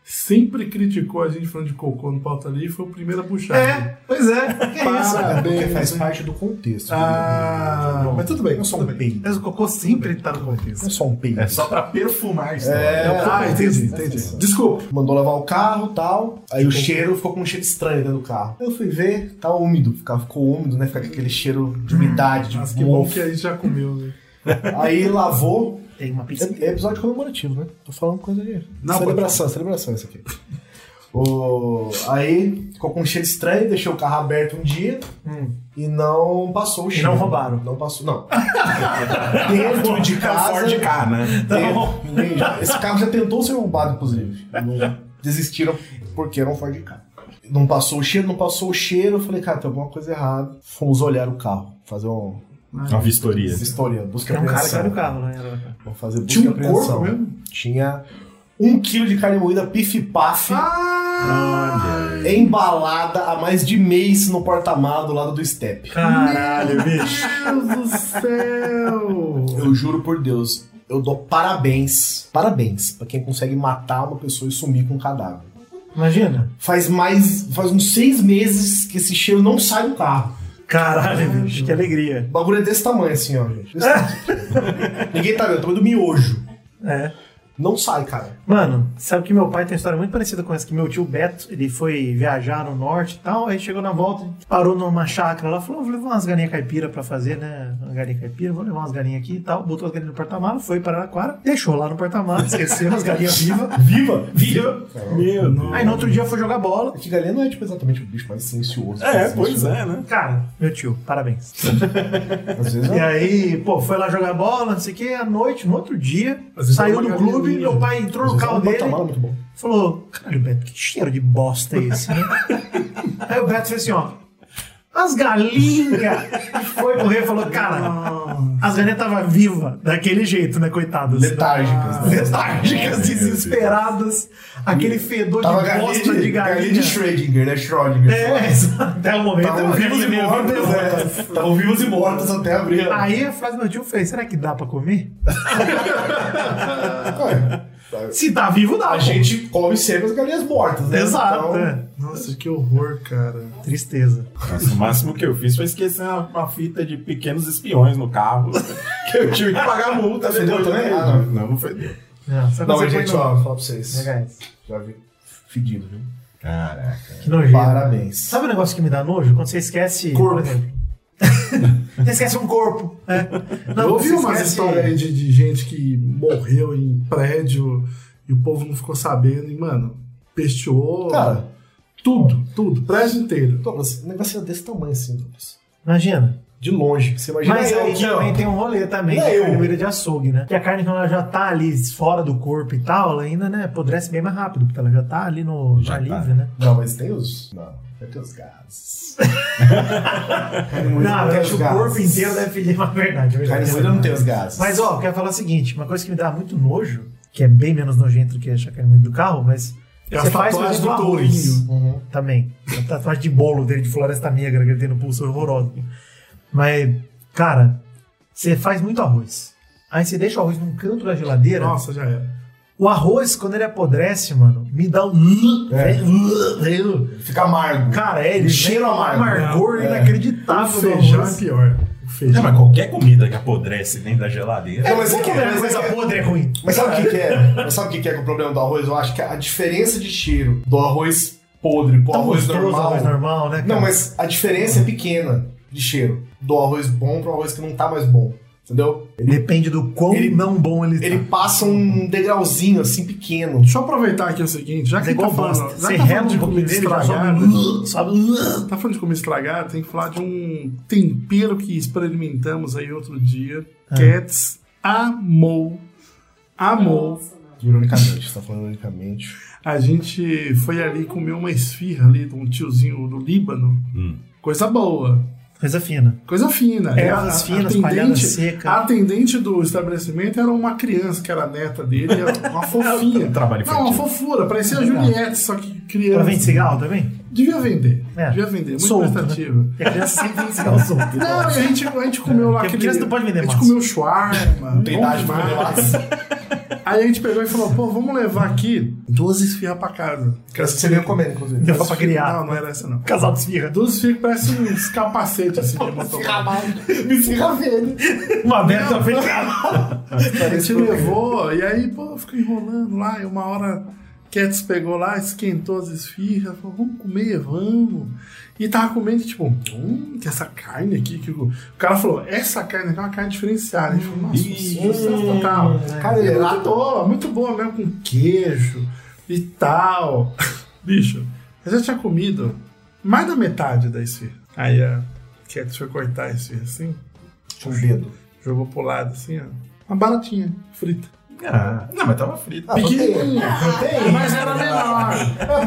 sempre criticou a gente falando de cocô no pauta ali e foi o primeiro a puxar.
É, pois é. Que é isso?
Porque
Parabéns.
faz parte do contexto.
né? Ah, mas tudo bem.
eu sou
tudo
um
bem.
peido.
Mas o cocô sempre tá no contexto.
Eu sou um peido.
É só pra perfumar isso.
É,
Ah, entendi, entendi. Desculpa.
Mandou lavar o carro e tal. Aí o cheiro ficou com um cheiro estranho dentro do carro. Eu fui ver, tá úmido. Fica- Ficou úmido, né? Fica com aquele cheiro de umidade, de
Nossa, que bom
mofo.
que a gente já comeu, né?
Aí lavou,
Tem um uma pizza.
É, é episódio comemorativo, né? Tô falando coisa de.
Não,
celebração, celebração isso aqui. O- Aí ficou com um cheiro estranho, deixei o carro aberto um dia e não passou o cheiro.
Hum. não roubaram.
Não passou, não. dentro de casa.
Ford K, né?
dentro- ninguém já- esse carro já tentou ser roubado, inclusive. Não- Desistiram porque era um Ford K. Não passou o cheiro, não passou o cheiro. Eu falei, cara, tem alguma coisa errada. Fomos olhar o carro, fazer um.
Uma vistoria.
História, busca e
Era um cara que
apreensão.
era o carro, né? Era o cara.
Vamos fazer busca
Tinha
e
um corpo
apreensão.
mesmo?
Tinha um quilo de carne moída pif-paf embalada há mais de mês no porta-malas do lado do Step.
Caralho, bicho.
Meu Deus do céu!
Eu juro por Deus, eu dou parabéns, parabéns pra quem consegue matar uma pessoa e sumir com um cadáver.
Imagina.
Faz mais, faz uns seis meses que esse cheiro não sai do carro.
Caralho, bicho. Que alegria.
O bagulho é desse tamanho assim, ó, gente. Desse tamanho. Ninguém tá vendo, é o tamanho do miojo.
É.
Não sai, cara.
Mano, sabe que meu pai tem uma história muito parecida com essa, que meu tio Beto, ele foi viajar no norte e tal, aí chegou na volta, parou numa chácara lá, falou, vou levar umas galinhas caipira pra fazer, né, uma galinha caipira, vou levar umas galinhas aqui e tal, botou as galinhas no porta-malas, foi para Araraquara, deixou lá no porta-malas, esqueceu as galinhas vivas,
Viva!
viva,
Meu Deus.
aí no outro dia foi jogar bola,
Que galinha não é tipo exatamente o bicho mais silencioso.
É, pois é, né?
cara, meu tio, parabéns.
Às vezes
E
é.
aí, pô, foi lá jogar bola, não sei o que, à noite, no outro dia,
Às vezes é
saiu
uma
do
galinha
clube,
minha.
meu pai entrou no
um
carro
O
dele,
porta-malas é muito bom.
Falou, caralho, Beto, que cheiro de bosta é esse, né? Aí o Beto fez assim, ó. As galinhas! E Foi correr e falou, cara, as galinhas estavam vivas, daquele jeito, né, coitadas?
Letárgicas, né?
Letárgicas, desesperadas, aquele fedor
Tava
Ah, de
galinha
bosta de, galinha.
de Schrödinger, né? Schrödinger.
É, Então, exato. até o momento.
Estavam
era
vivos e
galinha meio
mortos,
viva.
né? Estavam vivos e mortos até abrir. a-
Aí a frase do meu tio fez, será que dá pra comer?
Ué,
Se tá vivo, dá.
A
pô.
gente come sempre as galinhas mortas, né?
Exato.
Então,
é.
Nossa, que horror, cara.
Tristeza.
Nossa, o máximo que eu fiz foi esquecer uma, uma fita de pequenos espiões no carro. que eu tive que pagar a multa.
Fedeu
depois
também?
do-
Ah, não.
Não, não fedeu.
Não, só
Não,
É, você
mas, gente,
põe no-
ó, vou falar pra vocês.
Legais.
Já vi fedido, viu?
Caraca.
Que nojeira.
Parabéns.
Sabe o negócio que me dá nojo? Quando você esquece.
Corpo.
Por exemplo. você esquece um corpo. É. Não,
eu ouvi
você
umas
esquece-
histórias aí de, de gente que morreu em prédio e o povo não ficou sabendo e, mano, pesteou.
Cara,
tudo, tudo, prédio inteiro.
Douglas, um negocinho desse tamanho assim, Douglas.
Imagina.
De longe. Você imagina
Mas
eu
aí
aqui, ó.
também tem um rolê também
Não,
de
eu.
carne moída de açougue, né? Que a carne, quando ela já tá ali fora do corpo e tal, ela ainda, né, apodrece bem mais rápido, porque ela já tá ali no já
Já tá.
livre, né?
Não, mas tem os. Não, deve ter os gases.
não, eu
tem
acho
os
que o
gases.
corpo inteiro deve pedir uma verdade. é verdade.
Carne moída não tem os gases.
Mas ó, eu quero falar o seguinte: uma coisa que me dá muito nojo, que é bem menos nojento do que achar carne moída do carro, mas.
É
você
as
faz por
tatuagens do
exemplo, arroz.
tourinho.
Uhum.
Também. A tatuagem de bolo dele de floresta negra que ele tem no pulso horroroso. Mas, cara, você faz muito arroz. Aí você deixa o arroz num canto da geladeira.
Nossa, já era.
O arroz, quando ele apodrece, mano, me dá um.
É.
velho, velho.
Fica amargo.
Cara, é ele.
Um cheiro
vem com um
amargo.
amargor
É.
O
inacreditável. do
feijão é
arroz.
pior. O
Não,
feijão.
mas qualquer comida que apodrece dentro da geladeira.
Não, mas é que-
Como é
mas é
coisa
que-
podre é ruim.
Mas sabe o que, que é? Mas sabe o que, que é que o problema do arroz? Eu acho que a diferença de cheiro do arroz podre pro
Tá
arroz
gostoso,
normal.
arroz normal, né? cara?
Não, mas a diferença é pequena de cheiro. Do arroz bom pro arroz que não tá mais bom. Entendeu?
Depende do quão
Ele-
não bom ele,
Ele
tá.
passa um degrauzinho assim pequeno.
Deixa eu aproveitar aqui o seguinte, já
Mas
que
é
tá
igual
falando,
bosta.
já
Você
que tá
rela
falando de
um pouquinho
comida
dele, já
estragada,
sobe. um- sobe
tá falando de comida estragada, tem que falar de um tempero que experimentamos aí outro dia.
Ah.
Cats amou. Amou.
Nossa, não.
Ironicamente, você tá falando ironicamente.
A gente foi ali comer uma esfirra ali de um tiozinho do Líbano.
Hum.
Coisa boa.
Coisa fina.
Coisa fina.
Ervas finas, palhada seca.
é A atendente do estabelecimento era uma criança que era neta dele, era
É um
uma fofinha.
Trabalho
Não, uma
infantil.
fofura, parecia a
Legal.
Juliette, só que criança.
Ela vem de cigarro também?
Devia vender.
É.
Devia vender. Muito
Solto,
prestativa.
E a criança sempre vem de cigarro solto.
Não, é a gente, a gente comeu lá
É, Porque
aquele...
criança não pode vender
A gente
massa.
comeu shawarma.
Tem
bom
idade pra
demais.
comer massa.
Aí a gente pegou e falou, pô, vamos levar aqui duas esfirras pra casa.
Parece que você veio comendo, inclusive.
Deu pra criar.
Não, não era essa não.
Casal de esfirra.
Duas esfirras que parecem uns capacetes assim de motoboy.
Me fica velho.
Uma aberta, uma fechada.
A gente levou, e aí, pô, ficou enrolando lá, e uma hora Cats pegou lá, esquentou as esfirras, falou, vamos comer, vamos. E tava comendo, tipo, hum, que essa carne aqui, que o... o cara falou, essa carne aqui é uma carne diferenciada. A gente falou, nossa, hum, tal.
É, Cara,
Ele
ele
lá tô, muito boa mesmo, com queijo e tal. Bicho, eu já tinha comido mais da metade da esfirra. Aí a Cats foi cortar a esfirra assim,
Com o um dedo.
jogou pro lado assim, ó. Uma baratinha, frita.
Ah, não, mas tava frito.
Ah, proteína. Proteína.
Ah, Mas era menor.
É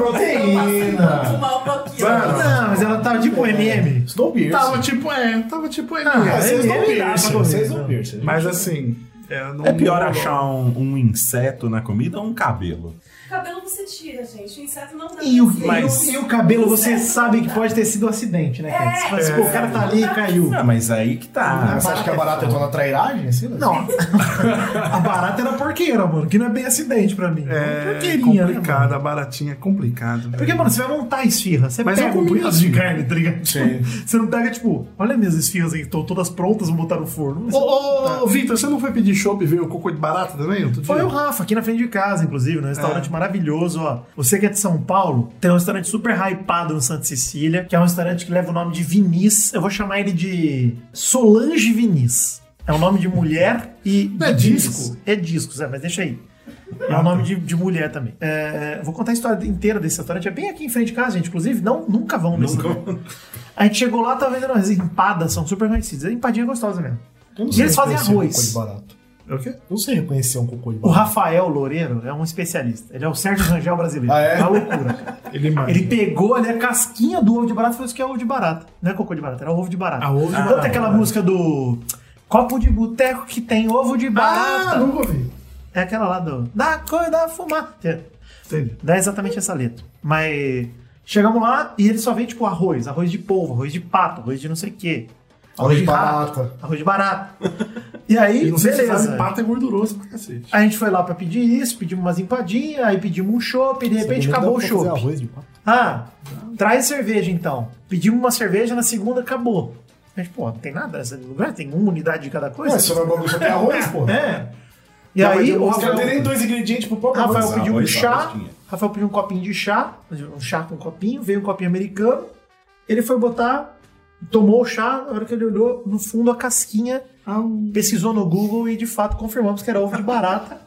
proteína.
Fumar um pouquinho.
Mano.
Não, mas ela tava tipo MM.
Tava
Snowpiercer.
tipo, é, tava tipo ele.
Ah,
Mas-
é.
Vocês
ele- ele dá pra
Snowpiercer.
comer,
Vocês
não.
Snowpiercer.
Mas assim, é, não
É pior
não rolou.
achar um, um inseto na comida ou um cabelo?
Cabelo você tira, gente. O inseto não dá.
E o,
pra ver.
Mas-
e o cabelo, você sabe que pode ter sido um acidente, né, cara? Você fala assim, pô, o cara tá ali e caiu.
Ah, mas aí que tá.
Ah, você acha que a barata entrou na trairagem? Assim, né?
Não. A barata era porqueira, mano, que não é bem acidente pra mim.
É
porqueirinha, né, mano?
complicado, a baratinha é complicado. velho.
Porque, mano, você vai montar a esfirra, você
Mas é eu
pega um
comi
punhado de
esfirra.
carne, tá ligado? Você não pega, tipo, olha minhas esfirras aí, que estão todas prontas, vou botar no forno.
Ô, ô, ô, Vitor, você não foi pedir chopp e veio cocô de barata também? outro dia? É.
Foi o Rafa, aqui na frente de casa, inclusive, num restaurante maravilhoso, ó. Você que é de São Paulo, tem um restaurante super hypado no Santa Cecília, que é um restaurante que leva o nome de Vinis. Eu vou chamar ele de Solange Vinis. É o nome de mulher e.
Não é
de
disco?
Vinis. É disco, Zé, mas deixa aí. É o nome de, de mulher também. É, vou contar a história inteira desse restaurante. É bem aqui em frente de casa, gente. Inclusive, não, nunca vão nesse lugar. A gente chegou lá, tava vendo umas empadas, são super conhecidas. Empadinha é gostosa mesmo.
Eu não
E eles fazem
reconhecer um
arroz.
cocô de barato.
É o quê?
Eu não sei reconhecer um cocô de
O
barato.
Rafael Loureiro é um especialista. Ele é o Sérgio Rangel brasileiro.
Ah, é?
Uma loucura. cara.
Ele manda.
Ele pegou ali a casquinha do ovo de barata e falou: Isso que é ovo de barata. Não é cocô de barata, era ovo de barata.
Ah, ovo de
Tanto
barata.
aquela música do Copo de Boteco que tem ovo de
Ah,
barata.
nunca ouvi.
é aquela lá do Da cor da fumata.
Entendi.
Dá exatamente essa letra. Mas chegamos lá e ele só vem tipo arroz, arroz de polvo, arroz de pato, arroz de não sei o quê.
Arroz de
rato,
barata.
Arroz de barata. E aí,
E não sei
beleza. Ah,
se sabe, pato é gorduroso pra cacete.
A gente foi lá pra pedir isso, pedimos umas empadinhas, aí pedimos um chopp, de repente acabou o chopp.
arroz de barata.
Ah, traz cerveja então. Pedimos uma cerveja, na segunda acabou. Mas, pô, não tem nada nesse lugar? Tem uma unidade de cada coisa?
Ué, seu bagulho só tem arroz, pô.
É. E
Não, mas
aí,
eu-
o
os caras
Rafael,
não tem nem dois ingredientes pro próprio
Rafael
arroz.
pediu um
arroz,
chá,
arroz tinha.
Rafael pediu um copinho de chá, um chá com um copinho, veio um copinho americano. Ele foi botar, tomou o chá, na hora que ele olhou, no fundo a casquinha,
Ah,
pesquisou no Google e de fato confirmamos que era ovo de barata.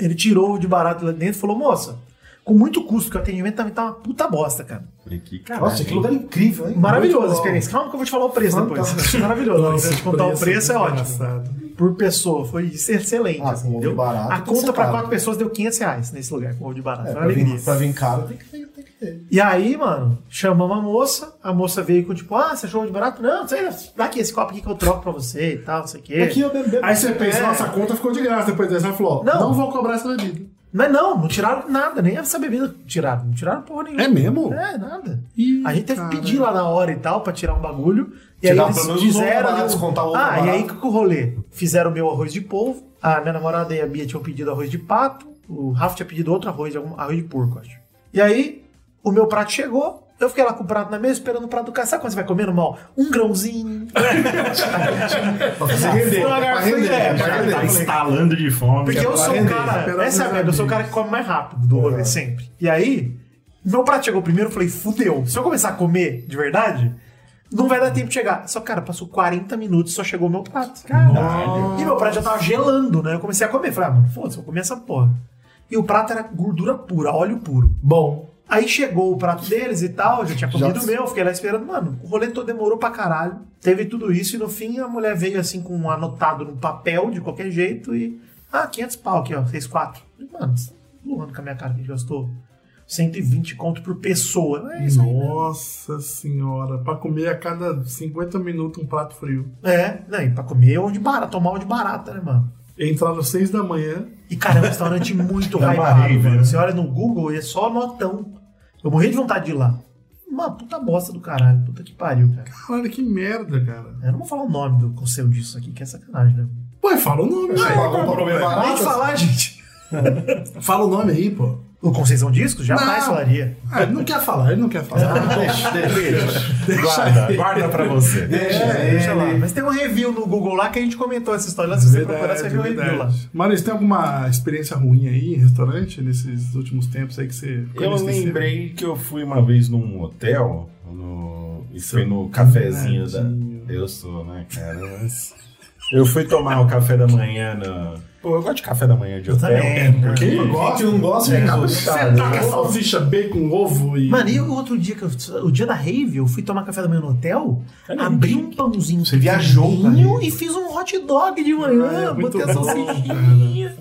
Ele tirou o ovo de barata lá dentro e falou, moça, com muito custo, que o atendimento também tá uma puta bosta, cara.
Falei, que caralho.
Nossa, que lugar incrível, hein?
Maravilhosa a
Muito bom.
experiência. Calma que eu vou te falar o preço depois. Maravilhoso. Não, se eu te contar o preço, é ótimo. Por pessoa, foi excelente.
Ah,
assim,
com ovo
entendeu?
de barata,
a
tá
conta para
separado.
quatro pessoas deu 500 reais nesse lugar, com ovo de barata.
É,
Foi uma
pra, vir,
alegria.
pra vir caro tem que ter. Tem que ter.
E aí, mano, chamamos a moça, a moça veio com tipo, ah, você achou ovo de barato? Não, sei, dá aqui esse copo aqui que eu troco pra você e tal, não sei o quê.
Aqui É eu bebo. bebo.
É Aí você pensa,
É.
nossa, a conta ficou de graça depois dessa. Aí falou, ó,
Não.
não. vou cobrar essa bebida.
Mas não, não tiraram nada, nem essa bebida tiraram, não tiraram porra nenhuma.
É mesmo?
É, nada.
Ih,
a gente teve que
cara.
pedir lá na hora e tal pra tirar um bagulho. E aí
Tirar
eles
pelo menos os
fizeram.
ovo
ali um-
barato, descontar o ovo
ah, e
barato.
aí que que o rolê? Fizeram o meu arroz de polvo. A minha namorada e a Bia tinham pedido arroz de pato. O Rafa tinha pedido outro arroz, algum arroz de porco, acho. E aí, o meu prato chegou. Eu fiquei lá com o prato na mesa, esperando o prato do cara. Sabe quando você vai comendo mal? Um grãozinho.
Pra fazer render.
Foi uma
Pra
garrafa
render.
ideia,
pra
cara.
render.
Tá instalando de fome.
Porque eu sou o
render,
cara. Essa é a merda, eu sou o cara que come mais rápido do rolê sempre. E aí, meu prato chegou primeiro, eu falei, fudeu. Se eu começar a comer de verdade, não vai dar tempo de chegar. Só, cara, passou 40 minutos só chegou meu prato. Caralho. E meu prato já tava gelando, né? Eu comecei a comer. Falei, ah, mano, foda-se, eu vou comer essa porra. E o prato era gordura pura, óleo puro. Bom. Aí chegou o prato deles e tal, eu já tinha comido o meu, fiquei lá esperando. Mano, o rolê todo demorou pra caralho. Teve tudo isso e no fim a mulher veio assim com um anotado no papel de qualquer jeito e. Ah, 500 pau aqui, ó, 64. Falei, Mano, você tá voando com a minha cara que a gente gastou 120 conto por pessoa. É isso aí, né?
Nossa senhora, pra comer a cada 50 minutos um prato frio.
É, não, e pra comer onde barata, tomar onde barata, né, mano?
Entrar às 6 da manhã.
E, cara, é um restaurante muito
Da
hypado,
Bahia,
velho.
né?
Você olha no Google e é só notão. Eu morri de vontade de ir lá. Uma puta bosta do caralho, puta que pariu, cara.
Caralho, que merda, cara.
Eu não vou falar o nome do conselho disso aqui, que é sacanagem, né?
Ué, fala o nome,
Você
velho.
pagou um problema
Nem
barato?
falar, gente.
Fala o nome aí, pô.
O Conceição Discos? Jamais
Não.
falaria.
Ah, ele não quer falar, ele não quer falar.
Deixa, deixa.
Guarda, guarda pra você.
Deixa,
Deixa lá.
ele.
Mas tem um review no Google lá que a gente comentou essa história. Lá, se você procurar,
é
você vê o review lá.
Mano, você tem alguma experiência ruim aí em restaurante nesses últimos tempos aí que você. ficou
Eu
inesquecível?
lembrei que eu fui uma vez num hotel, no... e fui no cafezinho da. Eu sou, né, cara? Mas... Eu fui tomar o café da manhã na. Pô, eu gosto de café da manhã de hotel.
também,
né?
porque
Eu gosto, eu não gosto,
É,
é caprichado.
você
Você taca né? salsicha, bacon, ovo e.
Mano, e o outro dia que eu, o dia da rave, eu fui tomar café da manhã no hotel, abri um pãozinho. Você
viajou pra
e fiz um hot dog de manhã,
É, muito
botei assim. a
bom,
salsichinha.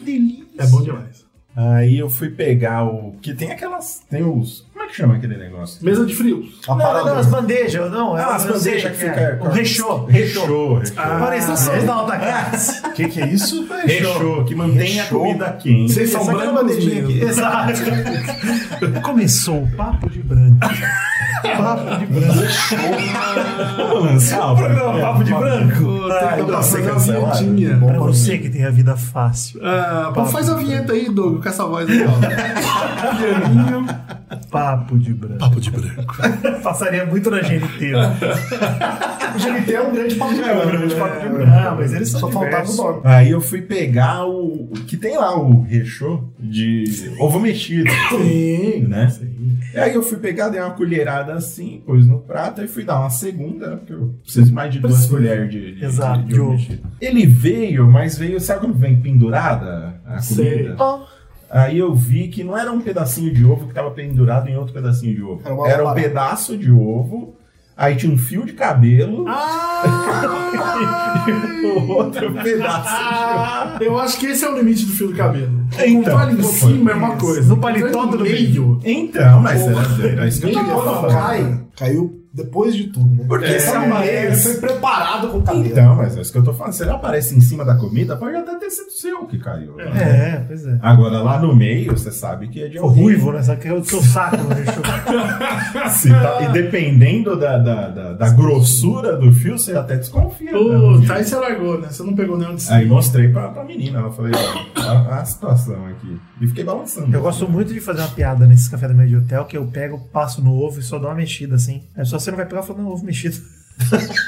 Delícia.
É bom demais.
Aí eu fui pegar o. Que tem aquelas. Tem os. Como é que chama aquele negócio?
Mesa de frio.
Não, não, não,
Aparador.
as bandejas, não, é
Ah, as
eu sei,
bandejas que
é,
fica-
O rechô, rechô.
Rechô, rechô.
Pareceu ah, da alta classe.
O que, que é isso?
Rechô, que mantém
Rechô.
a comida quente.
Vocês são
Essa aqui é uma
brancos
bandejinha
mesmo.
aqui. Exato. Começou o papo de branco. papo de branco.
Vamos lançar o
né?
programa Papo de Branco?
Pô, tem que
não,
fazer
você
uma
cancelado.
vinhetinha.
Pra você que tem a vida fácil.
Ah, pô, faz a vinheta aí, Doug, com essa voz aí, ó. Pianinho.
Papo de branco.
Papo de branco.
Passaria muito na GNT. né?
O GNT é um grande papo de
É um
grana,
grande
né?
papo de
Ah, mas eles são
Só faltava o
diversos.
nome.
Aí eu fui pegar o. o Que tem lá o rechô de ovo mexido. Sim, né? Aí eu fui pegar, dei uma colherada assim, pôs no prato, aí fui dar uma segunda, né, porque eu preciso mais de duas colheres de, de,
Exato,
de, de ovo
de
mexido. Ele veio, mas veio, sabe quando vem pendurada a comida?
Sei.
Aí eu vi que não era um pedacinho de ovo que estava pendurado em outro pedacinho de ovo.
Era uma
Era um
parada.
pedaço de ovo, aí tinha um fio de cabelo e o outro pedaço de ovo.
Eu acho que esse é o limite do fio do cabelo. Com
Então,
palha em
pô,
cima é uma coisa.
No paletó
Então,
do
meio.
Então, mas era, era isso que eu
Ele
tava
quando
falando.
cai, caiu depois de tudo, né?
Porque
Ele
se
foi-
amanhã-
Ele foi preparado com o cabelo.
Então, mas é isso que eu tô falando. Se ele aparece em cima da comida, pode até ter sido seu que caiu. né?
É, pois é.
Agora, lá no meio, você sabe que é de
O
alguém.
ruivo, né? Sabe que é o seu saco, né?
Se tá- e dependendo da, da, da- da grossura do fio, você até desconfia. né?
Puta, aí você largou, né? Você não pegou nenhum de cima.
Aí mostrei pra, pra menina, ela falei, ó, a, a situação aqui. E fiquei balançando.
Eu gosto muito de fazer uma piada nesses café da manhã de hotel, que eu pego, passo no ovo e só dou uma mexida, assim. É só você não vai pegar e falar, não, ovo mexido.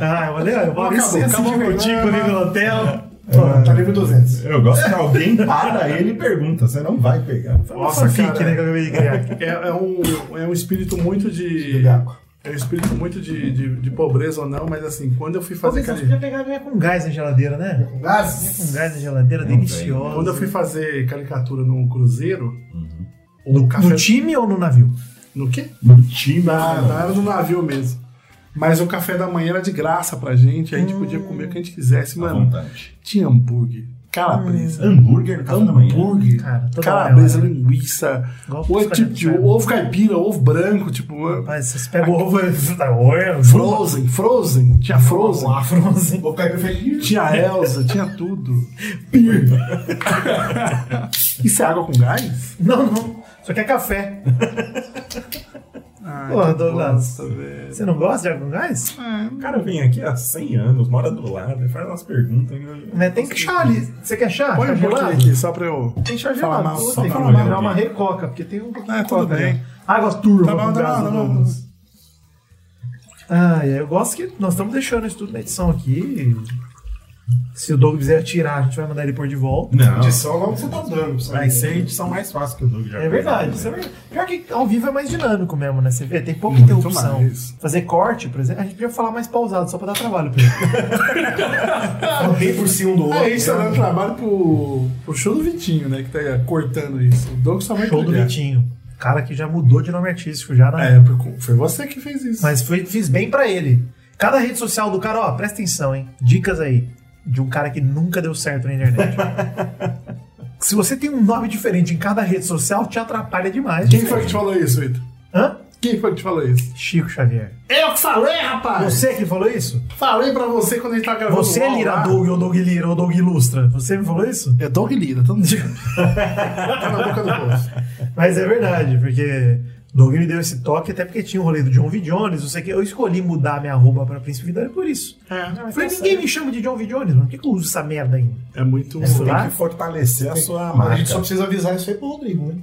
Ah, eu falei, ó, eu vou abrir
Acabou,
sexta
acabou o
contigo comigo no hotel.
Pronto, tá livre 200.
Eu gosto que alguém para ele e pergunta, você não vai pegar.
Nossa, fique, né, que eu acabei de criar. aqui.
É, é um, é um espírito muito de. É um espírito muito de, de, de pobreza ou não, mas assim, quando eu fui fazer
Talvez eu
aquele.
podia pegar a minha com gás na geladeira, né?
Com gás?
Com gás na geladeira, deliciosa.
Quando eu fui fazer caricatura no Cruzeiro, ou Uhum. no
no,
café.
no time ou no navio?
No quê?
No time.
Na, na era do navio mesmo. Mas o café da manhã era de graça pra gente, a gente podia
Hum.
comer o que a gente quisesse,
à
mano.
vontade.
Tinha hambúrguer, calabresa,
Hum. Hambúrguer no café da manhã.
hambúrguer,
Cara, toda
calabresa,
hora, né?
linguiça,
Igual
ovo,
os
tipo, de
caras que
ovo caipira, ovo branco, tipo.
Rapaz, vocês pegam o ovo e... Tá, olha, juro.
Frozen, Frozen, tinha Frozen,
Lá, é Frozen.
Vou cair feliz.
tinha Elsa, tinha tudo. Isso é água com gás?
Não, não. Só que é café.
Ai,
Porra,
que
Douglas.
bosta, velho.
Você não gosta de água com
Ah,
gás?
O cara vem aqui há 100 anos, mora do lado, ele faz umas perguntas.
Mas tem que chá ali. Você quer chá?
Põe
chá
um pouquinho
gelado?
aqui, só pra eu.
Tem chá
Fala
gelado.
mal,
Pô,
só
Tem que
fala
falar
mal.
mal. Dá uma recoca, porque tem um pouquinho
É,
de
tudo
coca
bem.
ali. Água turva
Tá bom,
com
tá
gás
bom,
do
tá bom.
Douglas. Ah, eu gosto que nós estamos deixando isso tudo na edição aqui. Se o Douglas quiser tirar, a gente vai mandar ele pôr de volta.
Não,
Edição logo você tá dando. sabe?
vai ser a edição mais fácil que o Doug já
É
fez.
verdade, isso é verdade. Pior que ao vivo é mais dinâmico mesmo, né? Você vê, tem pouca interrupção.
mais.
Fazer corte, por exemplo, a gente podia falar mais pausado, só pra dar trabalho pra ele.
Bem por cima um do outro.
É isso, tá dando trabalho pro, pro show do Vitinho, né? Que tá cortando isso. O Douglas tá só vai
Show do
entregar.
Vitinho. Cara que já mudou de nome artístico já, né?
É, porque foi você que fez isso.
Mas fui- fiz bem pra ele. Cada rede social do cara, ó, presta atenção, hein? Dicas aí. De um cara que nunca deu certo na internet. Se você tem um nome diferente em cada rede social, te atrapalha demais.
Quem foi que te falou isso, Vitor?
Hã?
Quem foi que te falou isso?
Chico Xavier.
Eu que falei, rapaz!
Você que falou isso?
Falei pra você quando a gente tava gravando.
Você
o
é
UOL
Lira
lá.
Doug ou Doug Lira ou Doug Ilustra. Você me falou isso?
É Doug Lira, todo mundo. tá na boca do bolso.
Mas é verdade, porque Doug me deu esse toque até porque tinha o rolê do John V. Jones, não sei o que. Eu escolhi mudar minha roupa pra Príncipe Vidani por isso.
É,
Falei, ninguém me chama de John V. Jones, mano. Por que, que eu uso essa merda ainda?
é muito.
É
Tem
lá?
que fortalecer a sua
Mas a gente só
marca.
precisa avisar isso aí pro Rodrigo, né?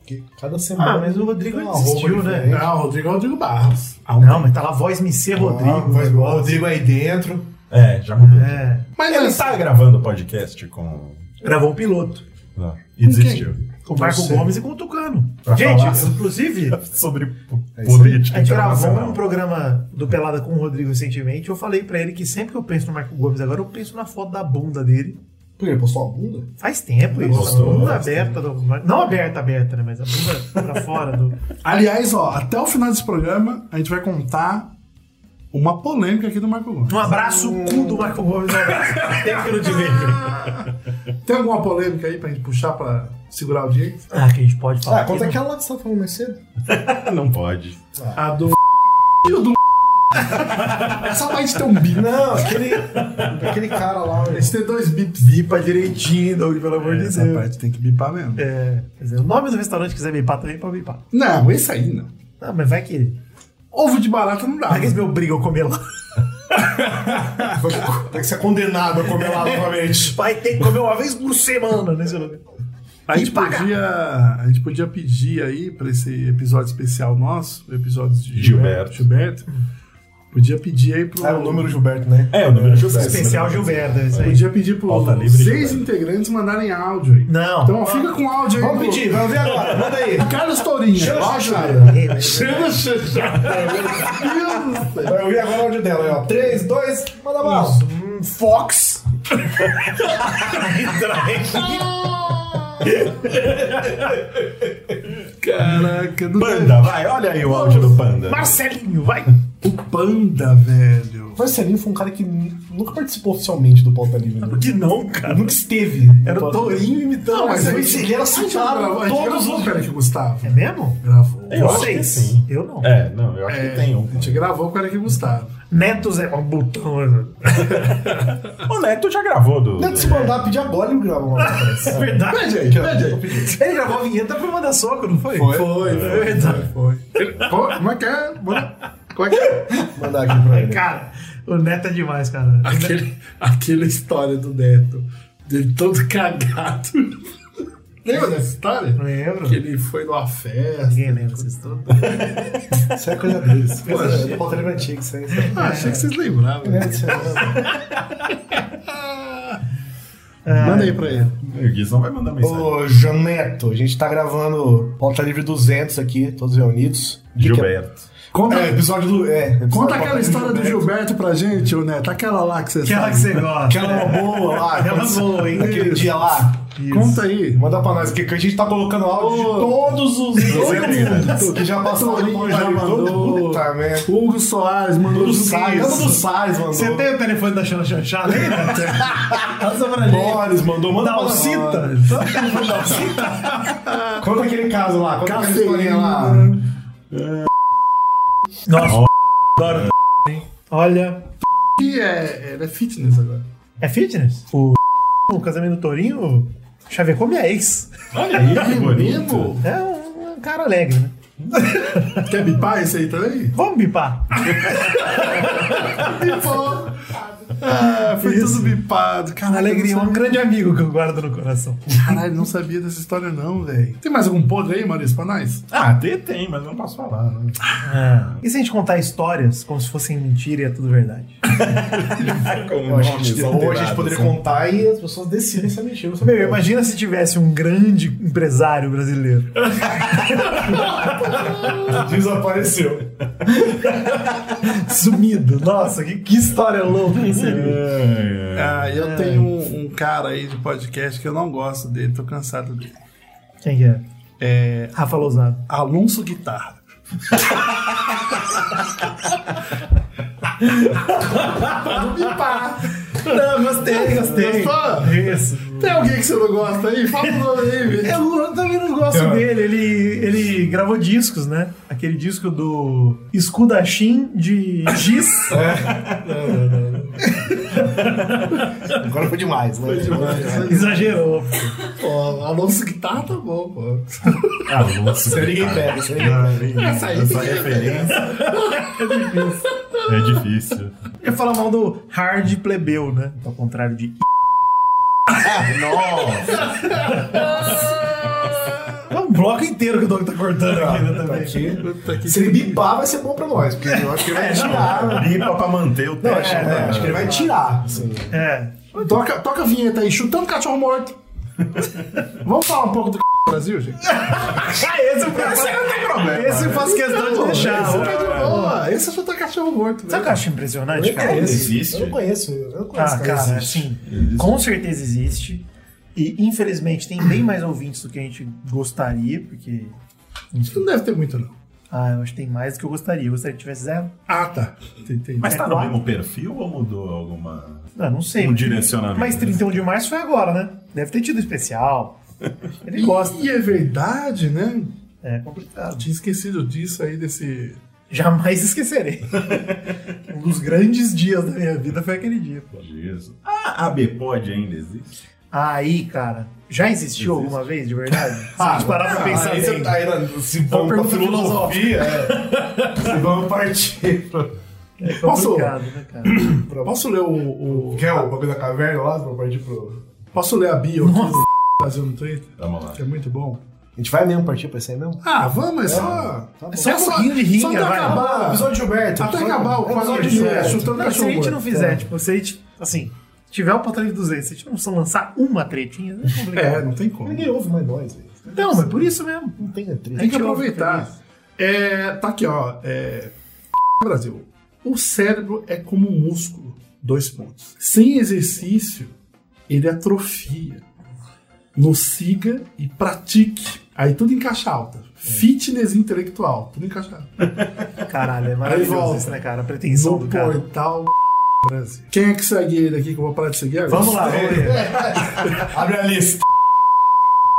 Porque cada semana.
Ah, mas o Rodrigo
tem uma
desistiu,
roupa
né?
diferente.
Não, o Rodrigo é o Rodrigo Barros.
Não, mas tá lá voz me ser
Ah,
Rodrigo.
mas o Rodrigo aí dentro.
É, já mudou.
É.
Mas
Ele
assim,
tá gravando podcast com.
Gravou um piloto.
Não, e desistiu.
Com o Marco
sei.
Gomes e com o Tucano.
Pra
gente,
falar-
inclusive,
Sobre
É isso aí.
política.
a gente gravou
internacional.
um programa do Pelada com o Rodrigo recentemente. Eu falei pra ele que sempre que eu penso no Marco Gomes agora, eu penso na foto da bunda dele.
Por ele postou a bunda?
Faz tempo isso.
Gostou,
a bunda
gostei.
aberta do. Não aberta, aberta, né? Mas a bunda pra fora do.
aliás, ó, até o final desse programa, a gente vai contar uma polêmica aqui do Marco Gomes.
Um abraço, o cu do Marco Gomes. Um abraço. Tempo que eu não te vejo.
Tem alguma polêmica aí pra gente puxar pra segurar a audiência?
Ah, que a gente pode falar.
Ah, conta
aqui, né?
aquela lá que você tá falando mais cedo.
Ah, Não pode.
A do. e o do. Essa parte tem um bip.
Não, aquele, aquele cara lá. né?
Esse tem dois bips. É,
Bipa direitinho, Doug, pelo amor de
Essa
Deus.
parte tem que bipar mesmo.
É, quer dizer, o nome do restaurante quiser bipar também, pode bipar.
Não, esse aí não.
Ah, mas vai que.
Ovo de barata não dá. né?
Vai que eles me obrigam a comer lá.
Tem que Ah, ser condenado a comer lá novamente.
Vai ter que comer uma vez por semana nesse lugar.
A gente,
paga.
podia, a gente podia pedir aí pra esse episódio especial nosso, episódio de
Gilberto.
Gilberto. É, Podia pedir aí pro.
Ah, o número Gilberto, né?
É, o número justo.
Especial Gilberto, é isso aí.
Podia pedir pro
Pauta livre,
seis
Gilberto.
integrantes mandarem áudio aí.
Não.
Então fica com áudio aí.
Vamos
pro-
pedir, vamos ver agora. Manda aí.
Carlos Tourinho.
É, mas-
Chega, chega, chega. Meu Deus do céu.
Vai ouvir agora o áudio dela, aí, ó. 3, 2, manda bala.
Hum, Fox.
Caraca, do
Panda, vai, olha aí o áudio do Panda.
Marcelinho, vai.
O Panda, velho.
Marcelinho foi um cara que nu- nunca participou oficialmente do Pauta Livre. Né?
Que não, cara.
Nunca esteve. no
Era o
Pauta Livre.
Tourinho imitando.
mas
Marcelinho.
aí- ele era
assim,
citado
A gente
todos
gravou,
os-
peraí, que o Gustavo.
É mesmo?
Gravou.
Eu acho que
Vocês?
sim.
Eu não.
É, não, eu acho
É,
que tem um.
A gente gravou com o Eric Gustavo.
Neto Zé. Ó, é um botão. é
O Neto já gravou do.
Não, se mandar pedir agora, ele grava uma
É verdade.
Pede aí, pede aí.
Ele gravou a vinheta pra mandar soco, não foi?
Foi,
É verdade.
Foi. Ele- Pô, Como é que é? Bora. Como é que é?
Mandar aqui pra ele.
Cara, o Neto é demais, cara.
Aquele, aquela história do Neto, dele todo cagado. Lembra dessa história?
Lembro.
Que ele foi numa festa.
Ninguém lembra dessa história.
Isso é coisa deles. É pauta livre antiga, isso aí. isso aí.
Ah, achei que vocês lembravam.
Né, isso aí.
Manda aí pra ele.
O Guizão vai mandar mensagem.
Ô, Janeto, a gente tá gravando Pauta Livre 200 aqui, todos reunidos. O que que é-
Gilberto.
Conta,
É, episódio do. É, episódio
conta
da
aquela
Pauta
história
Livre
do Gilberto pra gente, ô Neto. Aquela lá que você
Aquela
sabe.
que você gosta. né?
Aquela é uma boa lá.
Aquela boa, hein?
Aquele dia lá.
Conta aí.
Manda pra nós, que a gente tá colocando áudio de todos os
mundo.
integrantes que já passaram
Torinho
por já
mandou.
mandou. Puta merda.
Hugo Soares mandou
Do
tudo
Salles.
isso.
Manda do Salles, mandou.
Você tem o telefone da Xana Chanchada aí? Passa pra gente.
Boris mandou, manda pra nós.
Dalcita.
Conta aquele caso lá, conta aquela historinha lá.
Nossa, adoro. hein? Olha,
Que é, é, é fitness agora.
É fitness? O, o casamento do Torinho chavecou minha ex.
é? Olha
É
aí, que bonito.
Mesmo?
É um, um cara alegre, né?
Quer bipar esse aí também?
Vamos bipar.
Bipou. Ah, foi tudo bipado. Caralho,
Alegria,
eu
é
não
um
sabia-
grande amigo que eu guardo no coração.
Caralho, não sabia dessa história não, velho. Tem mais algum podre aí, Maurício, pra nós?
Ah, tem, tem, mas não posso falar. Né?
E se a gente contar histórias como se fossem mentira e é tudo verdade?
Como
Então, a gente, ou a gente
alterados,
poderia
assim.
contar e as pessoas decidem se é mexer.
Meu, imagina se tivesse um grande empresário brasileiro.
Desapareceu.
Sumido. Nossa, que, que história louca isso aí.
É, é.
Ah, eu tenho um, um cara aí de podcast que eu não gosto dele, tô cansado dele.
Quem que é?
É
Rafa Lousado.
Alonso Guitarra.
Não, gostei, gostei.
Gostou?
Isso.
Tem alguém que você não gosta aí? Fala o nome aí, velho.
Eu, eu também não gosto
É.
dele. Ele, ele gravou discos, né? Aquele disco do Escudachim de Giz.
Agora foi demais, né? Foi demais.
Exagerou.
Pô, Alonso Guitarra tá bom, pô.
Ah, Alonso,
Isso aí ninguém
cara.
pega, isso aí ninguém pega.
Essa aí
Essa referência é difícil.
Eu falo mal do Hard Plebeu, né? Ao contrário de.
Nossa,
É um bloco inteiro que o Doug tá cortando aqui, né?
Tá
Também.
aqui.
Puta que
Se ele bipar, vai ser bom pra nós, porque eu acho que ele vai tirar.
bipa pra manter o
Não,
teste.
acho, é,
né?
acho que ele vai tirar. assim.
É.
Toca, toca a vinheta aí, chutando cachorro morto. Vamos falar um pouco do c... Brasil, gente?
Ah, esse eu faço, esse eu faço questão de deixar. né?
Esse
Sabe
é de boa. Esse é chutar cachorro morto.
o que eu acho impressionante, cara?
Ele existe.
Eu não conheço, eu não conheço.
é
Ah,
cara.
cara, assim, com certeza existe. E infelizmente tem bem mais ouvintes do que a gente gostaria, porque.
Não deve ter muito, não.
Ah, eu acho que tem mais do que eu gostaria. Eu gostaria que tivesse zero.
Ah, tá. Entendi.
Mas tá no mesmo perfil ou mudou alguma.
Ah, não sei.
Um direcionamento.
Mas 31 de março foi agora, né? Deve ter tido especial. Ele gosta.
E é verdade, né? Ah,
É complicado.
Tinha esquecido disso aí, desse...
Jamais esquecerei. um dos grandes dias da minha vida foi aquele dia.
Jesus. Ah, a Bpod ainda existe?
Aí, cara, já existiu
Existe.
alguma vez, de verdade? Ah, Se a gente parar pra pensar
aí
bem.
você tá aí na- se vamos pra
pergunta
filosofia, é. se vamos partir pra...
É
Posso-
complicado, né, cara?
Posso ler o... o-
Quer o bagulho da caverna lá? Vamos partir pro...
Posso ler a bio aqui do Brasil no Twitter?
Vamos lá.
Que é muito bom.
A gente vai mesmo partir pra isso aí mesmo?
Ah, vamos, é só...
Tá bom.
É só um pouquinho de
só
rinha,
até
vai.
acabar.
Episódio de Gilberto.
Até
episódio-
acabar o quadro
episódio
de é,
Gilberto.
chutando
Não, se a
cachorro
gente não
morto.
fizer, tipo, se a gente, assim, tiver o Patrulha 200, se a gente não só lançar uma tretinha, é
É,
complicado.
não tem como.
Ninguém ouve mais nós, velho.
Não, mas por isso mesmo.
Não tem atriz.
A
Tem
gente
que aproveitar. É, tá aqui, ó. É, Brasil. O cérebro é como um músculo. Dois pontos. Sem exercício, ele atrofia. Nos siga e pratique. Aí tudo em caixa alta. Fitness intelectual. Tudo em caixa alta.
Caralho, é
Aí
maravilhoso
volta.
isso, né, cara? A pretensão
no
do cara.
portal Brasil. Quem é que segue ele aqui que eu vou parar de seguir agora?
Vamos lá, vamos ver.
Abre a lista.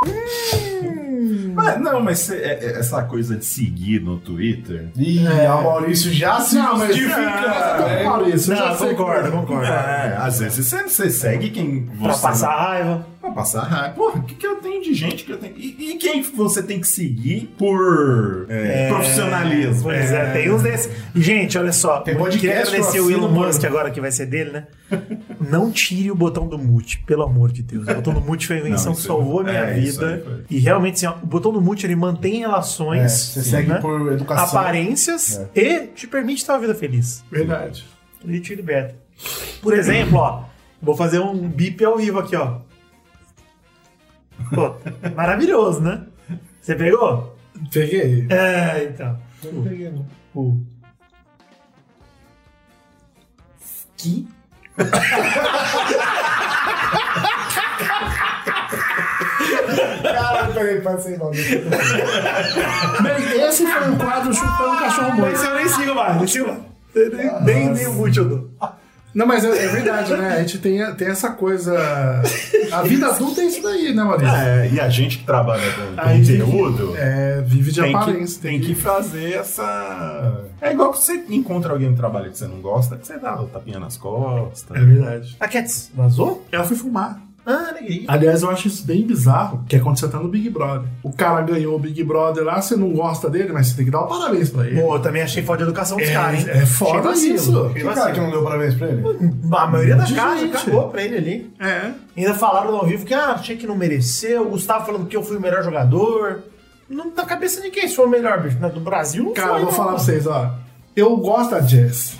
Hum.
Mas, não, mas cê- é- é- essa coisa de seguir no Twitter.
Ih, a Maurício já se
Não, mas é, Ah,
justifica.
mas eu tô com o Maurício, eu já
Não,
sei Ah,
concordo, concordo.
É, às vezes você, você segue quem você.
Pra passar raiva.
não- Não, passar raiva. Porra, o que, que eu tenho de gente que eu tenho. E, e quem você tem que seguir por é, profissionalismo?
Pois é, tem uns desses. Gente, olha só.
Tem podcast
queria agradecer
que eu
o Elon
assino,
Musk
mano.
agora, que vai ser dele, né? Não tire o botão do mute, pelo amor de Deus. O botão do mute foi a invenção
Não,
que
isso
salvou a
aí-
minha
é, isso aí
vida.
foi.
E realmente, assim, ó, o botão do mute, ele mantém
É,
relações,
você segue
né?
por educação.
aparências e te permite ter uma vida feliz.
Verdade.
Ele te liberta. Por exemplo, ó, vou fazer um bip ao vivo aqui, ó. Pô, maravilhoso, né? Você pegou?
Peguei.
É, então.
Não peguei, não.
O
Que? Cara, peraí, passei mal.
Bem, esse foi um quadro chutando cachorro morto.
Mas eu nem sigo mais, nem sigo mais. Eu nem- Nem, nem o mute eu dou.
Não, mas é, é verdade, né? A gente tem, tem essa coisa. A vida adulta é isso daí, né, Marisa?
É, e a gente que trabalha com
Aí-
conteúdo.
É, vive de
tem
aparência.
que, tem que fazer essa. É igual que você encontra alguém no trabalho que você não gosta, que você dá o tapinha nas costas.
É verdade.
A Cats vazou?
Ela foi fumar.
Ah, neguei.
Aliás, eu acho isso bem bizarro, que aconteceu até no Big Brother. O cara ganhou o Big Brother lá, você não gosta dele, mas você tem que dar um parabéns pra ele.
Pô, eu também achei falta de educação dos
É,
caras, hein?
é foda
Achei vacilo.
isso.
Achei
Que cara que
vacilo.
não deu parabéns pra ele?
A maioria das
Gente.
casas cagou pra ele ali.
É.
Ainda falaram ao vivo que, ah, achei que não mereceu. O Gustavo falando que eu fui o melhor jogador. Não tá na cabeça de quem se foi o melhor, bicho. Não, Do Brasil não
Cara,
foi,
eu vou
não.
falar pra vocês, ó. Eu gosto da Jess.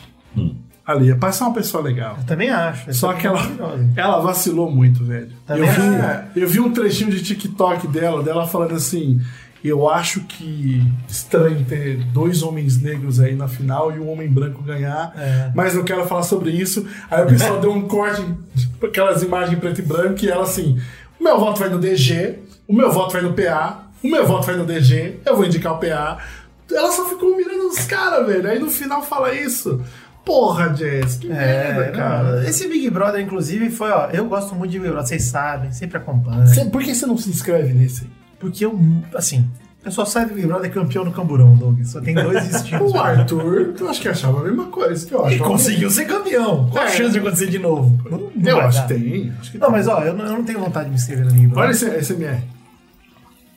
Ali, parece uma pessoa legal.
Eu também acho.
Só
Essa
que ela,
é maravilhosa. Tá
ela vacilou muito, velho.
Também
Eu vi,
acho.
eu vi um trechinho de TikTok dela, dela falando assim: Eu acho que estranho ter dois homens negros aí na final e um homem branco ganhar,
É.
mas não quero falar sobre isso. Aí o pessoal deu um corte, tipo, aquelas imagens em preto e branco, e ela assim: O meu voto vai no DG, o meu voto vai no PA, o meu voto vai no DG, eu vou indicar o PA. Ela só ficou mirando os caras, velho. Aí no final fala isso. Porra, Jess, que merda,
É,
cara.
cara. Esse Big Brother, inclusive, foi, ó. Eu gosto muito de Big Brother, vocês sabem, sempre acompanho.
Cê- por que você não se inscreve nesse? aí?
Porque eu, assim, eu só saio do Big Brother campeão no camburão, Doug. Só tem dois destinos.
O Arthur, eu acho que achava a mesma coisa que eu acho.
E conseguiu ser campeão. Qual a
É.
chance de acontecer de novo? Não, não
Eu
vai
acho
dar.
que tem. Acho que
Não, mas ó, eu não, eu não tenho vontade de me inscrever no Big Brother.
Olha esse SMR.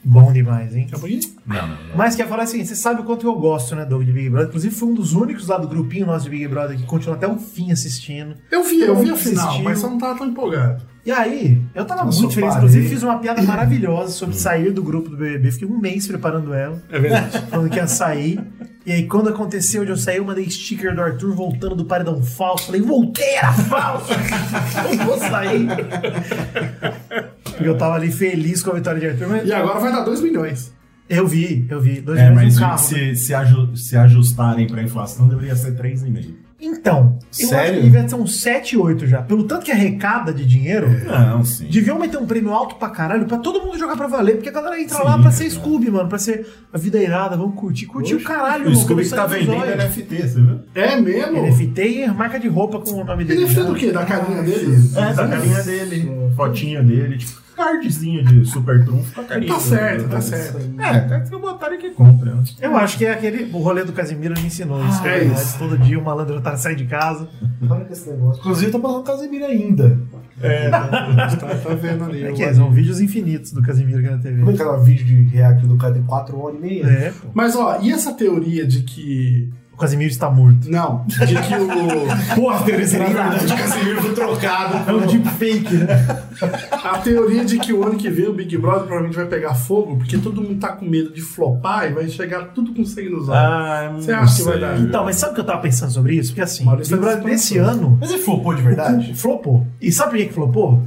Bom demais, hein?
Daqui a pouquinho.
Não, não, não.
Mas quer falar assim, você sabe o quanto eu gosto, né, Doug, de Big Brother. Inclusive, fui um dos únicos lá do grupinho nosso de Big Brother que continua até o fim assistindo.
Eu vi, eu vi a final,
Assistiu.
mas só não tava tão empolgado.
E aí, eu tava
Nossa,
muito
eu
feliz.
parei.
Inclusive, fiz uma piada maravilhosa sobre sair do grupo do BBB. Fiquei um mês preparando ela.
É verdade.
falando que ia sair. E aí, quando aconteceu de eu sair, eu mandei sticker do Arthur voltando do paredão falso. Falei, voltei, era falso! Não vou sair. Porque eu tava ali feliz com a vitória de Arthur, mas
E agora vai dar 2 milhões.
eu vi, eu vi. Dois
É,
milhões
mas
no carro. né?
se, se, aju- se ajustarem pra inflação, deveria ser 3,5.
Então, eu acho
Sério?
que devia ser uns 7, 8 já. Pelo tanto que arrecada de dinheiro,
É. Não, sim.
deviam meter um prêmio alto pra caralho pra todo mundo jogar pra valer. Porque a galera entra
Sim,
lá pra
é
ser
verdade.
Scooby, mano. Pra ser a vida irada, vamos curtir. Curtir o caralho,
o
irmão,
Scooby
vamos
tá
sair do
vendendo
zóio.
NFT, você viu?
É mesmo?
NFT e marca de roupa com o nome dele.
Ele fez
né?
do quê? Da carinha dele?
É, tá a carinha dele, fotinha dele, tipo, cardzinho de super trunfo com a carinha
Tá
dele,
certo,
né?
tá certo.
É, tá que você botar que compra. né?
Eu acho que é aquele. O rolê do Casimiro me ensinou isso.
Ah, é
verdade.
isso.
Todo dia o malandro tá sai de casa.
Para com esse negócio. Inclusive, eu tô passando Casemiro ainda.
Tá, tá vendo ali.
É
o-
que é, são vídeos infinitos do Casimiro que na
Como
TV.
é que era o vídeo de react do cara de 4 horas e meia?
É, pô.
Mas ó, e essa teoria de que.
O Casimiro está morto.
Não, de que o.
Porra, Deus, seria
O Casimiro foi trocado.
É um deepfake, né?
A teoria de que o ano que vem o Big Brother provavelmente vai pegar fogo, porque todo mundo tá com medo de flopar e vai chegar tudo com sangue nos olhos.
Ah,
Você
não
acha que
sei.
vai dar?
Então, mas sabe o que eu tava pensando sobre isso? Porque assim,
Maurício
Big
tá
Brother desse
desesperado.
ano.
Mas ele flopou de
O-
verdade?
Flopou. E sabe por que que flopou?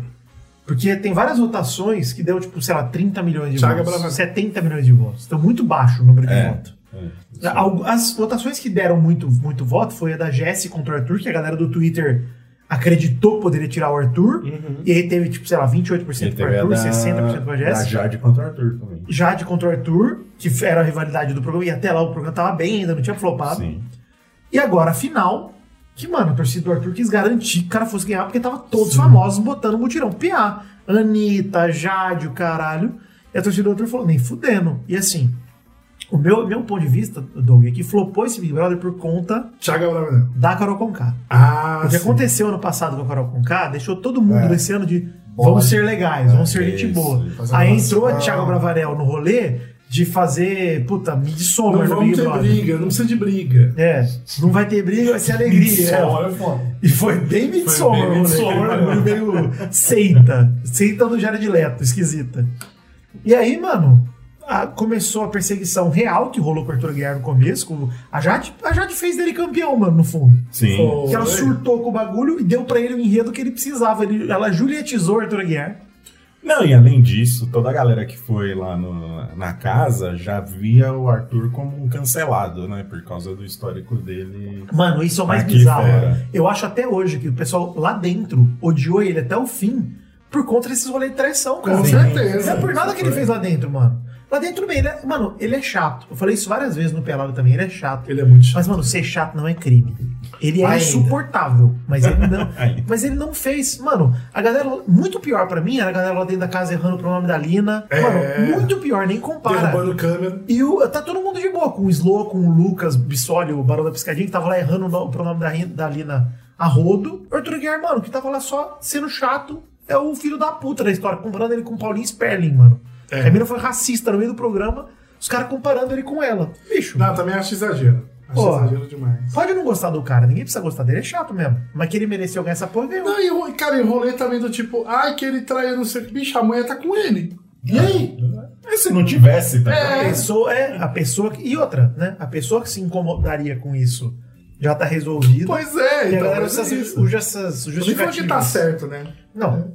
Porque tem várias votações que deu, tipo, sei lá, 30 milhões de
Thiago
votos.
Abravanel.
70 milhões de votos. Então, muito baixo o número de
É.
votos. Algu- As votações que deram muito, muito voto foi a da Jesse contra o Arthur, que a galera do Twitter acreditou que poderia tirar o Arthur. E aí teve, tipo, sei lá, 28%
Uhum. Ele
pro
teve a
Arthur,
da,
60% pra
é da
Jesse.
Jade contra o Arthur também.
Jade contra o Arthur, que era a rivalidade do programa, e até lá o programa tava bem ainda, não tinha flopado.
Sim.
E agora a final, que, mano, a torcida do Arthur quis garantir que o cara fosse ganhar, porque tava todos famosos botando mutirão. PA, Anitta, Jade, o caralho. E a torcida do Arthur falou, nem fudendo. E assim, o meu, meu ponto de vista, Doug, é que flopou esse Big Brother por conta
Thiago Abravanel.
da Carol Conká.
Ah,
O que
sim. É.
aconteceu ano passado com a Carol Conká deixou todo mundo nesse ano de. Vamos ser legais, vamos ser gente
isso.
boa.
Fazer um
Aí
lance-
entrou a
Ah.
Thiago Bravarel no rolê de fazer, puta,
Não
Midsommar no
vamos
Big
ter
Brother.
briga, não precisa de briga.
É, não vai ter briga, vai ser alegria. é.
Olha foda.
E foi bem né, Midsommar,
bem
moleque.
Midsommar,
Foi Um
mano.
meio seita. Seita do Jared Leto, esquisita. E aí, mano, a- começou a perseguição real que rolou com o Arthur Guiar no começo. com- a, Jade, a Jade fez dele campeão, mano, no fundo.
Sim.
Que ela surtou com o bagulho e deu pra ele o enredo que ele precisava. Ele- ela julietizou o Arthur Guiar.
Não, e além disso, toda a galera que foi lá no- na casa já via o Arthur como um cancelado, né? Por causa do histórico dele.
Mano, isso é o mais
Ah,
Aqui
bizarro.
fora.
Eu acho até hoje que o pessoal lá dentro odiou ele até o fim por conta desses rolês de traição, cara.
Com certeza.
Não é por nada que ele fez lá dentro, mano. Lá dentro, tudo bem, ele é, mano, ele é chato. Eu falei isso várias vezes no Pelado também, ele é chato.
Ele é muito chato.
Mas, mano, ser chato não é crime. Ele é
Ainda.
insuportável, mas ele não.
Ainda.
mas ele não fez. Mano, a galera. Muito pior pra mim era a galera lá dentro da casa errando o pronome da Lina. Mano, muito pior, nem compara.
É. Derrubando câmera.
E o- tá todo mundo de boa, com o Slow, com o Lucas Bissoli, o Barão da Piscadinha, que tava lá errando o no- o pronome da, Rin- da Lina a rodo. Arthur Guiar, mano, que tava lá só sendo chato, é o filho da puta da história, comparando ele com Paulinho Sperling, mano.
É.
A mina foi racista no meio do programa, os caras comparando ele com ela. Bicho,
Não, também acho exagero. Acho
Pô.
exagero demais.
pode não gostar do cara, ninguém precisa gostar dele, é chato mesmo. Mas que ele mereceu ganhar essa porra, ganhou.
Não, e o- cara, enrolei também do tipo, ai, que ele traiu, não sei o que, bicho, a mulher tá com ele. E aí?
E se não tivesse, tá?
A pessoa é a pessoa que, e outra, né? A pessoa que se incomodaria com isso já tá resolvida.
Pois é,
e a
então.
galera
mas é
precisa
isso.
suja essas
Eu nem falou
justificativas.
que tá certo, né?
Não,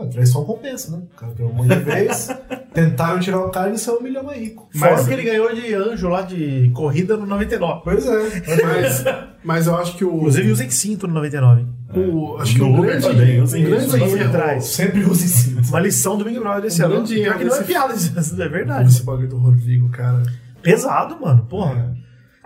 A traição compensa, né? O cara ganhou um monte de vez, tentaram tirar o cara e ele saiu um milhão mais rico.
Fora
Mas-
o que ele ganhou de anjo lá de corrida no 99.
é. Pois é.
Mas, mas eu acho que o.
Inclusive usem cinto no 99.
o acho que
No
o
Uber
grande,
também,
o
usem isso,
grande
Vamos
erro
atrás.
Sempre usa em si.
Uma lição do Big Brother esse
Um
ano.
grande
Pior
erro
que não é
desse-
piada, isso é verdade.
esse bagulho do Rodrigo, cara.
Pesado, mano. Porra.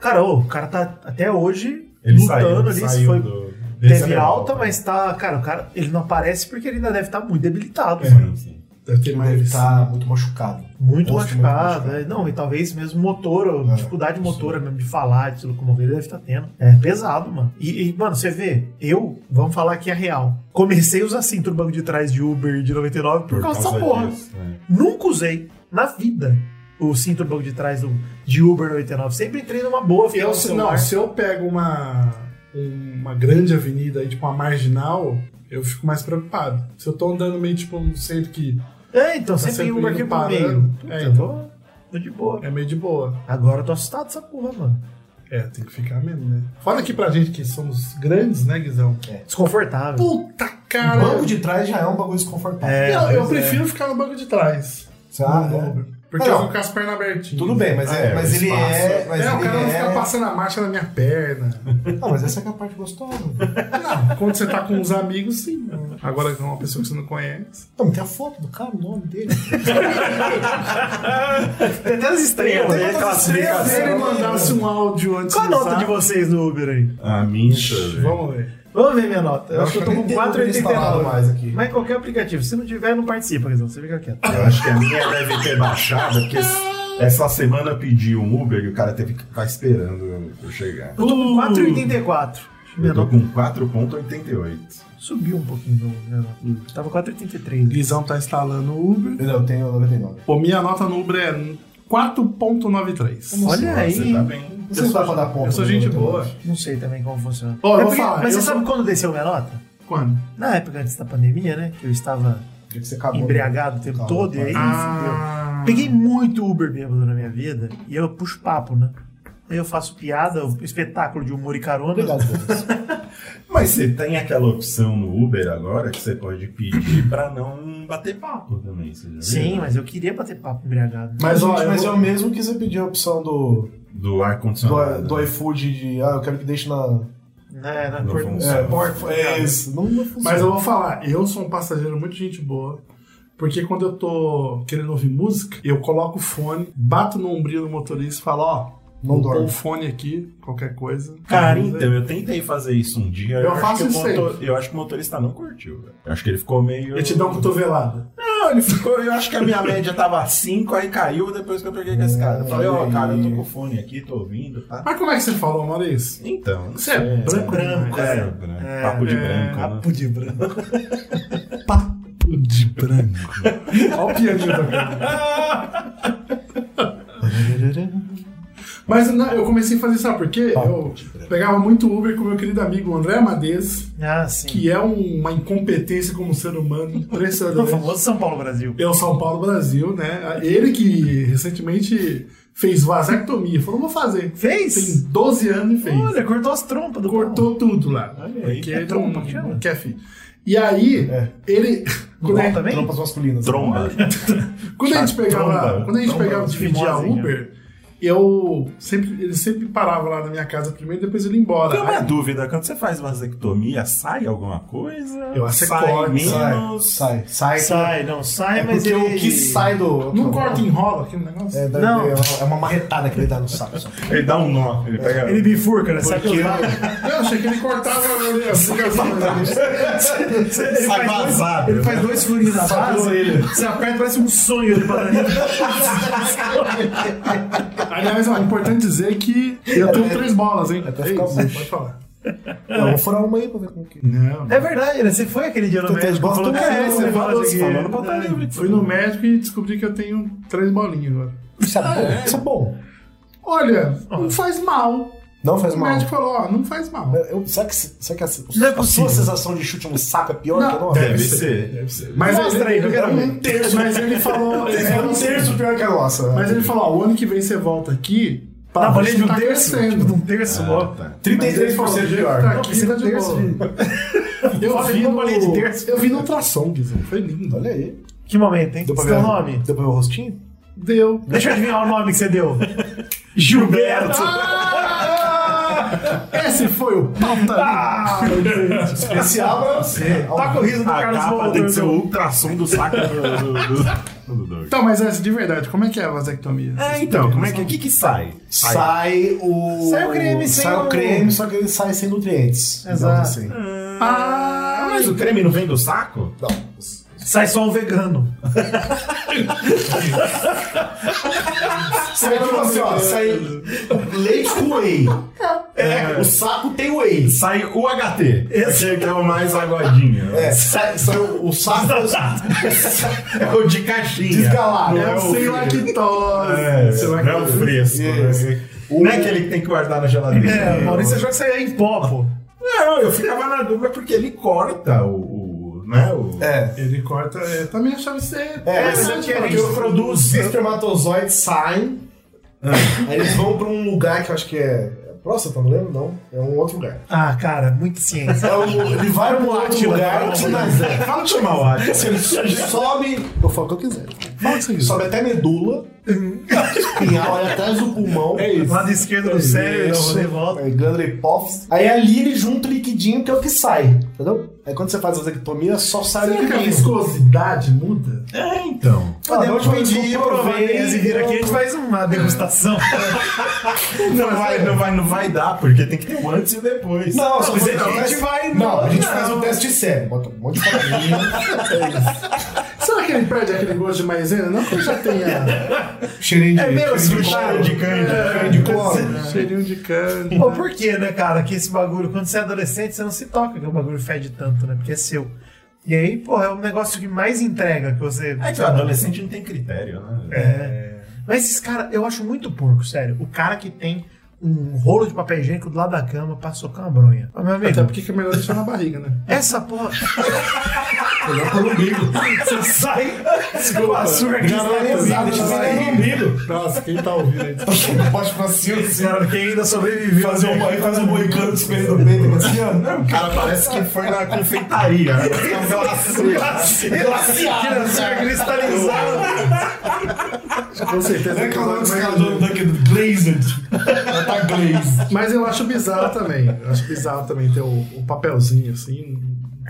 Cara, ô, o cara tá até hoje
Ele
lutando
saiu,
ali.
saiu
se foi,
do-
teve
desse level,
alta,
tá?
mas tá. Cara, o cara ele não aparece porque ele ainda deve estar muito debilitado, mano.
Sim, sim.
Deve ter
Mas ele
mais.
tá muito machucado.
Muito
Rosto
machucado.
machucado.
é. Não, e talvez mesmo motor,
É,
dificuldade motora mesmo de falar, de se locomover, ele deve estar tendo. É pesado, mano. E, e, mano, você vê, eu, vamos falar aqui a real. Comecei a usar cinto no banco de trás de Uber de 99 por, causa, dessa porra.
disso, né?
Nunca usei, na vida, o cinto no banco de trás do, de Uber 99. Sempre entrei numa boa, fiquei
Eu,
no
se,
celular.
não, se eu pego uma, um, uma grande avenida aí, tipo uma marginal, eu fico mais preocupado. Se eu tô andando meio, tipo, um centro que
É, então, sempre,
sempre
Uber aqui
indo
pro
parando.
meio.
É,
Puta, tô, tô de boa.
é meio de boa.
Agora eu tô assustado dessa porra, mano.
É, tem que ficar mesmo, né? Fala aqui pra gente que somos grandes, né, Guizão?
Desconfortável.
Puta
O
cara!
É. banco de trás já é um bagulho desconfortável.
É,
Não, eu
pois é.
prefiro ficar no banco de trás.
Ah,
no
é.
Uber. Porque
Não.
eu fico com as pernas abertinhas.
Tudo bem, mas,
Ah,
é,
é,
mas
o
ele
espaço.
é. Mas
é, o
ele
cara não
é...
fica passando a marcha na minha perna.
Não, mas essa é que é a parte gostosa.
Não, quando você tá com uns amigos, sim. Agora com uma pessoa que você não conhece.
Não, tem a foto do cara, o nome dele.
Tem até as estrelas, né? Aquelas
Se ele mandasse um áudio antes
Qual a
do
nota de
zap,
vocês no Uber aí?
A minha, deixa eu ver.
Vamos ver.
Vamos ver minha nota. Eu
Eu
acho que eu tô
acho
com
que nem tem instalado
4,89.
mais aqui.
Mas em qualquer aplicativo. Se não tiver, não participa, Guizão. Você fica quieto.
Eu acho que a minha deve ter baixado, porque es- essa semana eu pedi um Uber e o cara teve que ficar esperando eu- eu chegar.
Uh.
Eu tô
Uh.
com 4,84. Minha
Eu tô
nota
com 4,88.
subiu um pouquinho. não, Minha nota. Tava 4,83.
Guizão tá instalando o Uber.
Não, eu tenho 99.
Pô, minha nota no Uber é 4.93.
Olha
Nossa,
aí.
Tá bem.
Você não dá pra dar ponto.
Eu sou
né,
gente
99.
boa.
Não sei também como funciona.
Ó, eu
É
vou
porque-
falar,
mas
eu
você
sou-
sabe quando desceu minha nota?
Quando?
Na época antes da pandemia, né? Que eu estava
Porque você acabou, né?
embriagado o tempo
Calma,
todo. E
calma.
aí, fudeu. Peguei muito Uber bêbado na minha vida e eu puxo papo, né? Aí eu faço piada, um espetáculo de humor e carona.
Obrigado, Douglas.
Mas você tem aquela opção no Uber agora que você pode pedir pra não bater papo também. Você já viu?
Sim, mas eu queria bater papo embriagado.
Mas, ó,
Gente,
eu
mas
vou-
eu mesmo que você pedir a opção do,
Do ar-condicionado. né?
do, do iFood de. Ah, eu quero que deixe na.
Né, na
Não
cor-
funciona.
É, porta- é isso. Não, não funciona.
Mas eu vou falar, eu sou um passageiro muito gente boa. Porque quando eu tô querendo ouvir música, eu coloco o fone, bato no ombrio do motorista e falo, ó,
Não
vou pôr
dorme.
o fone aqui, qualquer coisa.
Cara, então, eu tentei fazer isso um dia.
Uhum. Eu faço
acho que o
isso aí.
motor- Eu acho que o motorista não curtiu, velho. Eu acho que ele ficou meio.
Eu te dou um- uma cotovelada.
Não, ele ficou. Eu acho que a minha média tava 5, aí caiu depois que eu peguei com esse cara. Eu falei, ó, cara, eu tô com o fone aqui, tô ouvindo, tá?
Mas como é que você falou, Maurício?
Então, não
Você é
sei.
branco,
né?
É,
branco.
branco. Papo de branco. né?
Papo de branco.
Papo de branco. Olha o pianinho tocando. Mas na- eu comecei a fazer, sabe por quê? Eu pegava muito Uber com meu querido amigo André Amadez,
Ah, sim.
que é um- uma incompetência como ser humano
O
impressionante.
famoso São Paulo Brasil.
É o São Paulo Brasil, né? Ele que recentemente fez vasectomia. Falou, vou fazer.
Fez?
Tem 12 anos e fez.
Olha, cortou as trompas do pau.
Cortou tudo lá.
Olha aí.
Porque
É
ele
trompa
não,
que chama?
não quer filho. E aí, ele... Quando,
Igual
a-
também?
Trompas masculinas.
Tromba.
quando a gente pegava,
tromba.
quando a gente
Tromba
pegava dividir a
fimosinha.
Uber, eu sempre, ele sempre parava lá na minha casa primeiro, depois ele ia embora.
Tem é uma
Aí-
dúvida, quando você faz vasectomia, sai alguma coisa?
Eu acho que
sai
corta,
menos.
Sai, sai.
Sai, não sai,
É
mas
porque
ele...
o que sai do.
não corta e enrola aquele negócio?
É, deve-
Não.
é uma- é uma marretada que ele dá no saco. só.
Ele dá um nó. Ele pega.
Ele bifurca, né? Sai
Porque-
pelos lados.
Eu achei que ele cortava ali, a fica-
Ele
Sai
faz dois-
vazado.
Ele faz dois furinhos na base. assim, Você aperta, parece um sonho ali pra dentro.
Aliás, ó, é importante dizer que eu tenho três bolas, hein?
Até
É
ficar
isso,
bucho.
pode falar.
Eu vou furar uma aí pra ver como que.
Não.
É verdade, né? Você foi aquele dia no
Tu tem
médico.
bola,
falou,
tu
cara,
tem
é,
bola,
você
né?
fala isso aqui.
Falou no Pauta Livre.
Fui no médico e descobri que eu tenho três bolinhas agora.
Isso é bom. Isso é bom.
Olha, não faz mal.
Não faz
o
mal.
médico falou, ó, não faz mal.
Eu- eu- será que, será que a,
Não é
a sua
possível.
sensação de chute no saco é pior
Não,
que a nossa?
Deve ser.
Deve ser. Mas
Mostra aí, eu quero ver.
um terço. Mas ele falou. ele
É
falou
um
assim,
terço pior que a
né?
nossa.
Mas ele falou, ó, o ano que vem você volta aqui.
Na
Pra
valia de um
tá
terço? Tipo, de
crescendo.
um terço logo.
tá.
33% pior.
Tá
Não,
aqui,
precisa
tá
de
de
terço,
boa.
filho.
Eu
Olha,
vi,
uma
no,
bolinha de terço.
eu vi no ultrassom, Guizão. Foi lindo.
Olha aí.
Que momento, hein?
Deu pra
Seu
ver-
nome?
Deu pra ver o rostinho?
Deu.
Deixa eu adivinhar o nome que você deu. Gilberto!
Esse foi o pauta.
Especial pra você.
Tá com o riso do
A
Carlos
capa tem que ser o
Volta.
ultrassom do saco do, do, do, do Doug.
Então, mas essa de verdade, como é que é a vasectomia?
É, então, como é que, o que que sai?
Sai o.
Sai o creme sem
Sai
o-
o creme, só que ele sai sem nutrientes.
Exato.
digamos assim.
Ah, mas o creme não vem do saco?
Sai só o vegano.
Sai tipo assim, ó. Sai leite com whey. É. O saco tem whey.
Sai o HT.
Esse-
Esse que é o mais aguadinho.
É, sai, sai o, o saco.
É o de caixinha.
Desgalado.
Não
É
é
o
o
sem lactose.
É,
Sem
não é o
lactose.
fresco. né? Não é aquele que tem que guardar na geladeira.
É, o Maurício achou que saía em pó, pô.
Não, eu ficava na dúvida porque ele corta o. o né, o...
É.
Ele corta. Eu também achava isso aí.
É,
mas
mas
eu
é
tinha
porque
visto.
eu produzo. Os espermatozoides saem, aí eles vão pra um lugar que eu acho que é. é Próstata, não lembro? Não. É um outro lugar.
Ah, cara, muita ciência.
É um- ele vai pra um outro
Átila,
lugar
fala
que
pra
nós é.
Fala chamar o Atila.
Assim, ele sobe. Eu falo o que eu quiser.
Fala isso aí.
Sobe até a medula. espinhal, olha atrás do pulmão. É
Lado esquerdo do cérebro, você um volta.
É, glândula hipófise. Aí ali ele junta o liquidinho que é o que sai, entendeu? Aí quando você faz a vasectomia, só sai o
Será que a
liquidinho.
viscosidade muda?
É, então.
Podemos
Ah, vamos
pedir
provar,
provar
né?
e vir aqui, a gente faz uma degustação.
Não vai, não, vai, não vai dar, porque tem que ter um antes e um depois.
Não, só
mas
você
a gente vai-
Não, a gente
não.
faz um teste sério. Bota um monte de farinha.
Será que ele perde aquele gosto de maisena? Não que eu já tenha
Cheirinho de
É mesmo,
cheirinho
frutada.
de cana, de cola.
cheirinho de cana.
Pô, por que, né, cara, que esse bagulho, quando você é adolescente, você não se toca que o bagulho fede tanto, né? Porque é seu. E aí, porra, é o negócio que mais entrega que você.
É que o adolescente não tem critério, né?
É. Mas esses caras, eu acho muito porco, sério. O cara que tem um rolo de papel higiênico do lado da cama pra socar uma bronha. Mas, meu amigo,
Até porque que é melhor deixar na barriga, né?
essa porra. Você sai com a surra aqui
é
Garantizado,
na
vai.
barriga.
Nossa, quem tá ouvindo aí?
Pode fazer assim,
Cara, quem ainda sobreviveu.
fazer um aí
é
faz um moicano com espelho no peito, assim, ó. Não,
O cara parece que foi na confeitaria. né? Tem um glacê.
Tira a surra cristalizada.
Com certeza.
é que é o nome dos caras
mas,
do do Glazed. Ela tá glazed.
mas eu acho bizarro também. Eu acho bizarro também ter o, o papelzinho assim.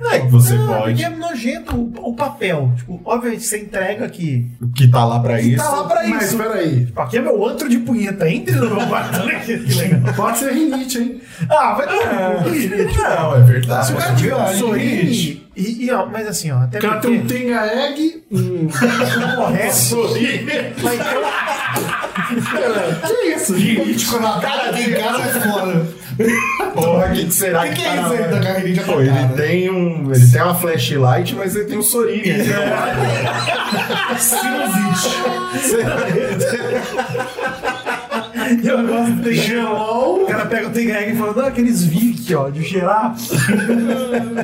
Não é que você
Não, porque
pode.
é nojento o, o papel. Tipo, obviamente você entrega aqui.
O que tá lá pra isso.
Tá lá pra
Mas
isso.
peraí.
Tipo, aqui é meu antro de punheta. Entre no meu quarto. Olha que que legal.
Pode ser rinite, hein?
Ah, vai dar um
Não, é verdade.
Se o cara tiver um sorriso. E, e, ó, mas assim, ó, até
O cara
porque
tem um tenga egg, um
o correto.
sorriso.
Mas então,
Que isso?
Político na cara de cara é foda.
Porra, o que, que será
Que
que,
que
tá
é
na
isso aí
mão?
da carreirinha
Pô, ele
atacada?
tem um. Ele tem uma flashlight, mas ele tem um sorinho.
Eu gosto de gelol. O cara pega o Tenga Egg e fala, não, aqueles Vic, ó, de gerar.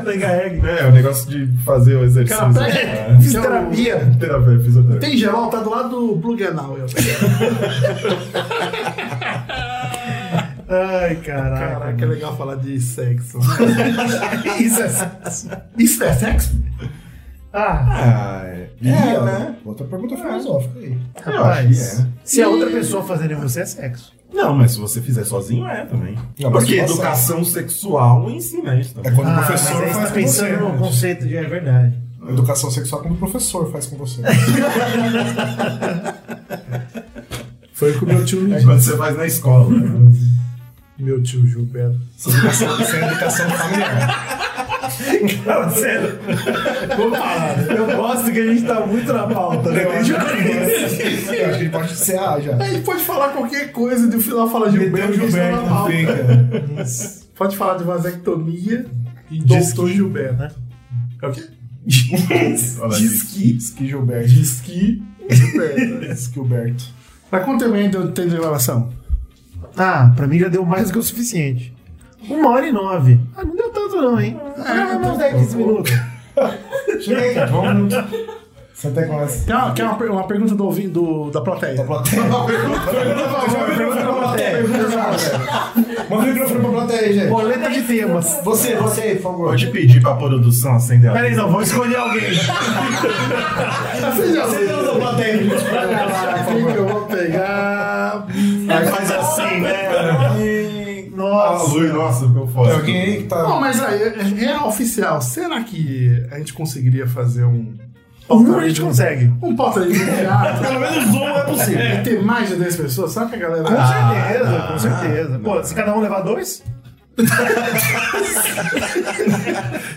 Tenga Egg.
É, o negócio de fazer o exercício.
Cara, pega-
né?
Fisioterapia.
Terapia, fisioterapia.
Tem geral, tá do lado do plug anal. Eu.
Ai, caraca.
Caraca, é legal falar de sexo. Isso é sexo. Isso é sexo?
Ah,
Ah, é.
É,
Ih, ó.
né? Outra pergunta filosófica aí.
rapaz.
acho que é.
Se a outra pessoa fazendo em você, é sexo.
Não, mas se você fizer sozinho, é também.
Não, mas
Porque
você
educação sexual ensina isso
tipo assim. É
também.
quando o
Ah,
professor
mas aí
faz
tá
com você.
pensando no conceito de é verdade.
Educação sexual quando o professor faz com você.
É,
Foi o que o meu tio me
É
disse.
quando você faz na escola. né?
Meu tio Gilberto.
Essa educação, essa é a educação familiar.
Não, sério. Vou parar.
né?
Eu gosto que a gente tá muito na pauta, né?
Eu acho que
Mas-
ele- eu acho que ele pode
Ah,
encerrar já.
Ele pode falar qualquer coisa e no final fala um Gilberto,
Meteu
que está na pauta.
fica.
é Pode falar de vasectomia e
Diz
doutor
que-
Gilberto.
né?
É o quê?
Olha
Diz
isso.
que
Diz que Gilberto.
Diz que Gilberto. né?
Diz que Gilberto.
Mas quanto tempo ainda tem de gravação?
Ah, pra mim já deu mais do que o suficiente. Uma hora e nove. Ah, não deu tanto não, hein? Ah, uns 10, 15 minutos.
Chega aí, cara. Vamos. Senta aí com essa.
Tem uma, tem uma per- uma pergunta do ouvindo do- da plateia.
Da plateia. Pergunta pra plateia. Pergunta pra plateia. Manda o microfone pra plateia, aí, gente.
Boleta de temas.
Você, você aí, por favor.
Pode pedir pra produção acender a
Peraí, não, vamos escolher alguém.
Você já
Você usa a plateia, gente. Pra gravar, por
Quem que
favor.
eu vou pegar?
Aí faz assim, né? A
Nossa.
luz, nossa, ficou foda.
Tem alguém aí que tá.
Não, mas aí, é, é oficial. Será que a gente conseguiria fazer um.
Um a gente consegue.
Um pauta de teatro?
Pelo menos um é possível.
e ter mais de 10 pessoas? Sabe que a galera.
Com certeza, com certeza. Pô, se cada um levar dois?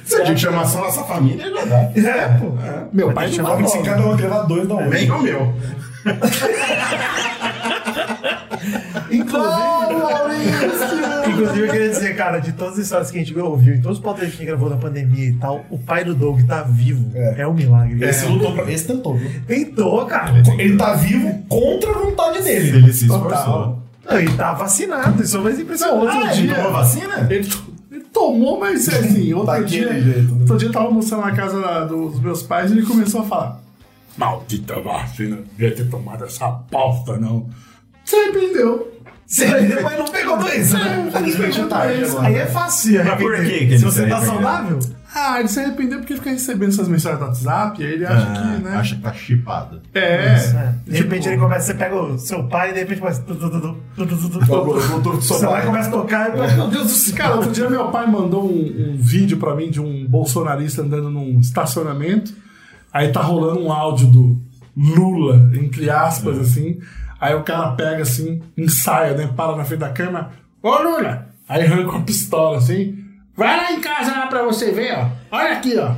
Se a gente chamar só nossa família, já dá.
É, pô.
Meu pai não
Óbvio que se cada um levar dois, dá um.
Nem o meu.
Inclusive, eu queria dizer, cara, de todas as histórias que a gente ouviu, em todos os podcasts que a gente gravou na pandemia e tal, o pai do Doug tá vivo. É, um milagre.
Esse lutou pra. Esse tentou, viu?
Tentou, cara.
Ele tá vivo contra a vontade dele.
Ele se esforçou.
Não, Ele tá vacinado, isso é mais impressionante.
Não,
Ah,
é,
gente.
Tomou vacina?
Ele, to- ele tomou, mas assim, outro
Daquele
dia.
jeito, né?
Outro dia eu tava almoçando na casa da- dos meus pais e ele começou a falar. Maldita vacina, não devia ter tomado essa pauta, não. Você arrependeu.
Você- mas não pegou dois, né?
Infelizmente
tá,
é tarde agora.
Aí é fácil.
Mas por
arrepender.
que que ele
Se você
se
tá
arrependeu?
saudável?
Ah, ele se arrependeu porque fica recebendo essas mensagens do WhatsApp, e aí ele acha que, né?
Acha que tá chipado.
É.
De repente ele começa, você pega o seu pai e de repente começa. tu, tu, tu, tu, tu, tu, tu, tu, tu. Seu pai começa a tocar e
É.
meu Deus do céu.
Cara, outro dia meu pai mandou um, um vídeo pra mim de um bolsonarista andando num estacionamento. Aí tá rolando um áudio do Lula, entre aspas,
É.
assim. Aí o cara pega assim, ensaia, né? Para na frente da câmera. Ô Lula! Aí arranca uma pistola assim. Vai lá em casa lá pra você ver, ó. Olha aqui, ó.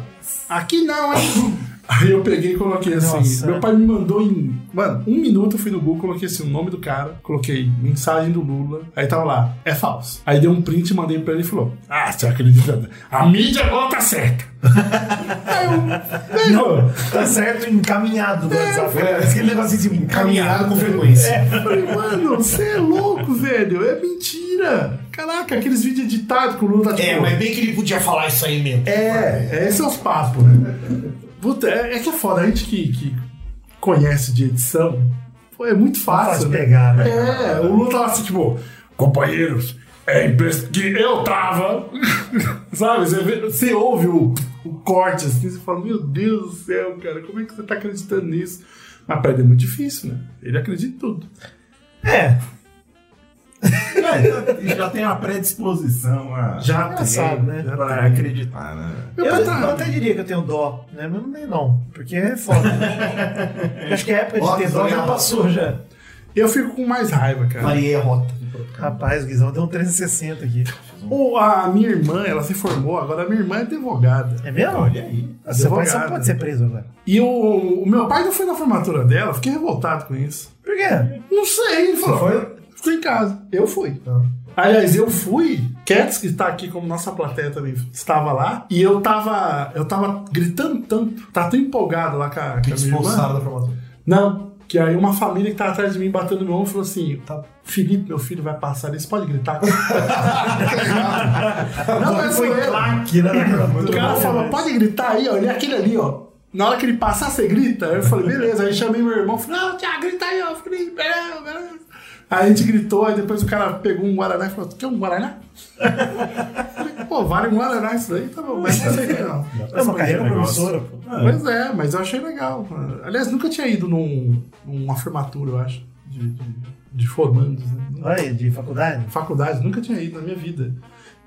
Aqui não, hein? Aí eu peguei e coloquei assim.
Nossa.
Meu pai me mandou em. Mano, um minuto eu fui no Google, coloquei assim o nome do cara, coloquei mensagem do Lula. Aí tava lá, é falso. Aí dei um print, mandei pra ele e falou: Ah, você acredita? A mídia agora tá certa. aí eu. "Ei, Lula."
Tá certo, encaminhado do WhatsApp.
é.
Parece aquele negocinho assim,
Caminhado
encaminhado.
com frequência.
Eu falei, mano, você é louco, velho. É mentira. Caraca, aqueles vídeos editados que o Lula tá
É,
tipo.
bem que ele podia falar isso aí mesmo.
É, esse é os papos, né? Puta, é, é que é foda, a gente que, que conhece de edição, pô, é muito fácil.
Fácil pegar, né?
É, o Lula tava assim, tipo, companheiros, é impress... que eu tava. Sabe, você, vê- você ouve o, o corte assim, você fala, meu Deus do céu, cara, como é que você tá acreditando nisso? Mas pra ele é muito difícil, né? Ele acredita em tudo.
É,
É, já tem uma predisposição a.
já engraçado, né?
Pra acreditar, né?
Meu
Eu,
pai
eu
tá-
até diria que eu tenho dó, né? Mas não tem não, porque é foda. Eu Acho que a época de
Ó,
ter dó já
olhada.
passou já.
Eu fico com mais raiva, cara.
Maria Rota.
Rapaz, o Guizão deu um 360 aqui.
Ou a minha irmã, ela se formou, agora a minha irmã é advogada.
É mesmo?
Olha aí.
Você pode,
Advogado.
pode ser preso agora.
E o, o meu pai não foi na formatura dela, fiquei revoltado com isso.
Por quê? quê?
Não sei,
Você
falou.
foi?
Fiquei em casa. Eu fui. Aliás, eu fui. Cats, que está aqui como nossa plateia também, estava lá. E eu tava. Eu tava gritando tanto. Tava tão empolgado lá com a, com a minha irmã.
da formatura.
Não. Que aí uma família que tava atrás de mim batendo no meu ombro falou assim: tá, Felipe, meu filho, vai passar ali, você pode gritar. não, mas foi
claque, né?
o cara falou, pode gritar aí, ó. Ele é aquele ali, ó. Na hora que ele passar, você grita. Aí eu falei, beleza. Aí chamei meu irmão, falei, não, Tiago, grita aí, ó. Eu Falei, beleza, beleza. Aí a gente gritou, aí depois o cara pegou um Guaraná e falou, tu quer um Guaraná? Eu falei, Pô, vale um Guaraná isso daí, tá bom, mas não sei não.
É uma carreira
negócio.
promissora, pô.
Pois é, mas eu achei legal. Aliás, nunca tinha ido num, numa formatura, eu acho, de, de, de formandos, né?
Olha aí, de faculdade.
Faculdade, nunca tinha ido na minha vida.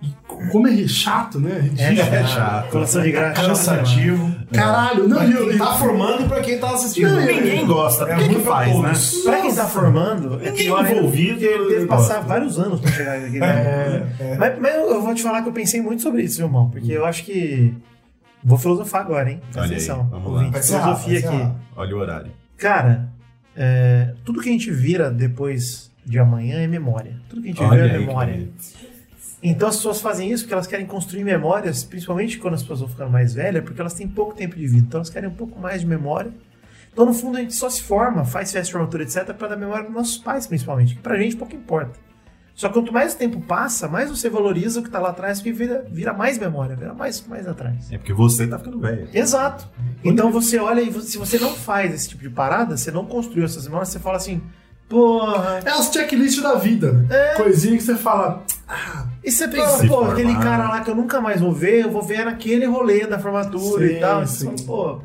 E co- como é chato, né?
É,
Ridículo.
chato. Coração de graça.
Cansativo.
Caralho, não,
Pra
e eu-
é,
quem tá formando e pra quem tá assistindo.
Não,
Ninguém gosta.
É
Por que que
ruim pra
faz, né?
todos.
Pra quem tá formando, é
Ninguém
pior ainda,
envolvido,
porque ele
ele
Teve que passar
gosta.
vários anos pra chegar aqui. Né?
É,
Mas, mas eu eu vou te falar que eu pensei muito sobre isso, meu irmão. Porque eu acho que. Vou filosofar agora, hein? Presta
Olha aí,
atenção.
vamos lá.
ouvinte,
Vai ser
filosofia
rápido, vai ser
aqui.
rápido.
Olha o horário.
Cara, é, tudo que a gente vira depois de amanhã é memória. Tudo que a gente
Olha
vira é
aí,
memória.
que bonito.
Então as pessoas fazem isso porque elas querem construir memórias, principalmente quando as pessoas vão ficando mais velhas, porque elas têm pouco tempo de vida. Então elas querem um pouco mais de memória. Então, no fundo, a gente só se forma, faz festa de formatura, etc., para dar memória para nossos pais, principalmente, que pra gente pouco importa. Só que quanto mais o tempo passa, mais você valoriza o que tá lá atrás, porque vira, vira mais memória, vira mais, mais atrás.
É porque você tá ficando velho.
Exato. Então você olha e você- se você não faz esse tipo de parada, você não construiu essas memórias, você fala assim, porra.
É os checklists da vida, né? Coisinha que você fala.
E você pensa,
Se
pô,
formar.
aquele cara lá que eu nunca mais vou ver, eu vou ver naquele rolê da formatura
Sim,
e tal. E
sim.
você fala, pô,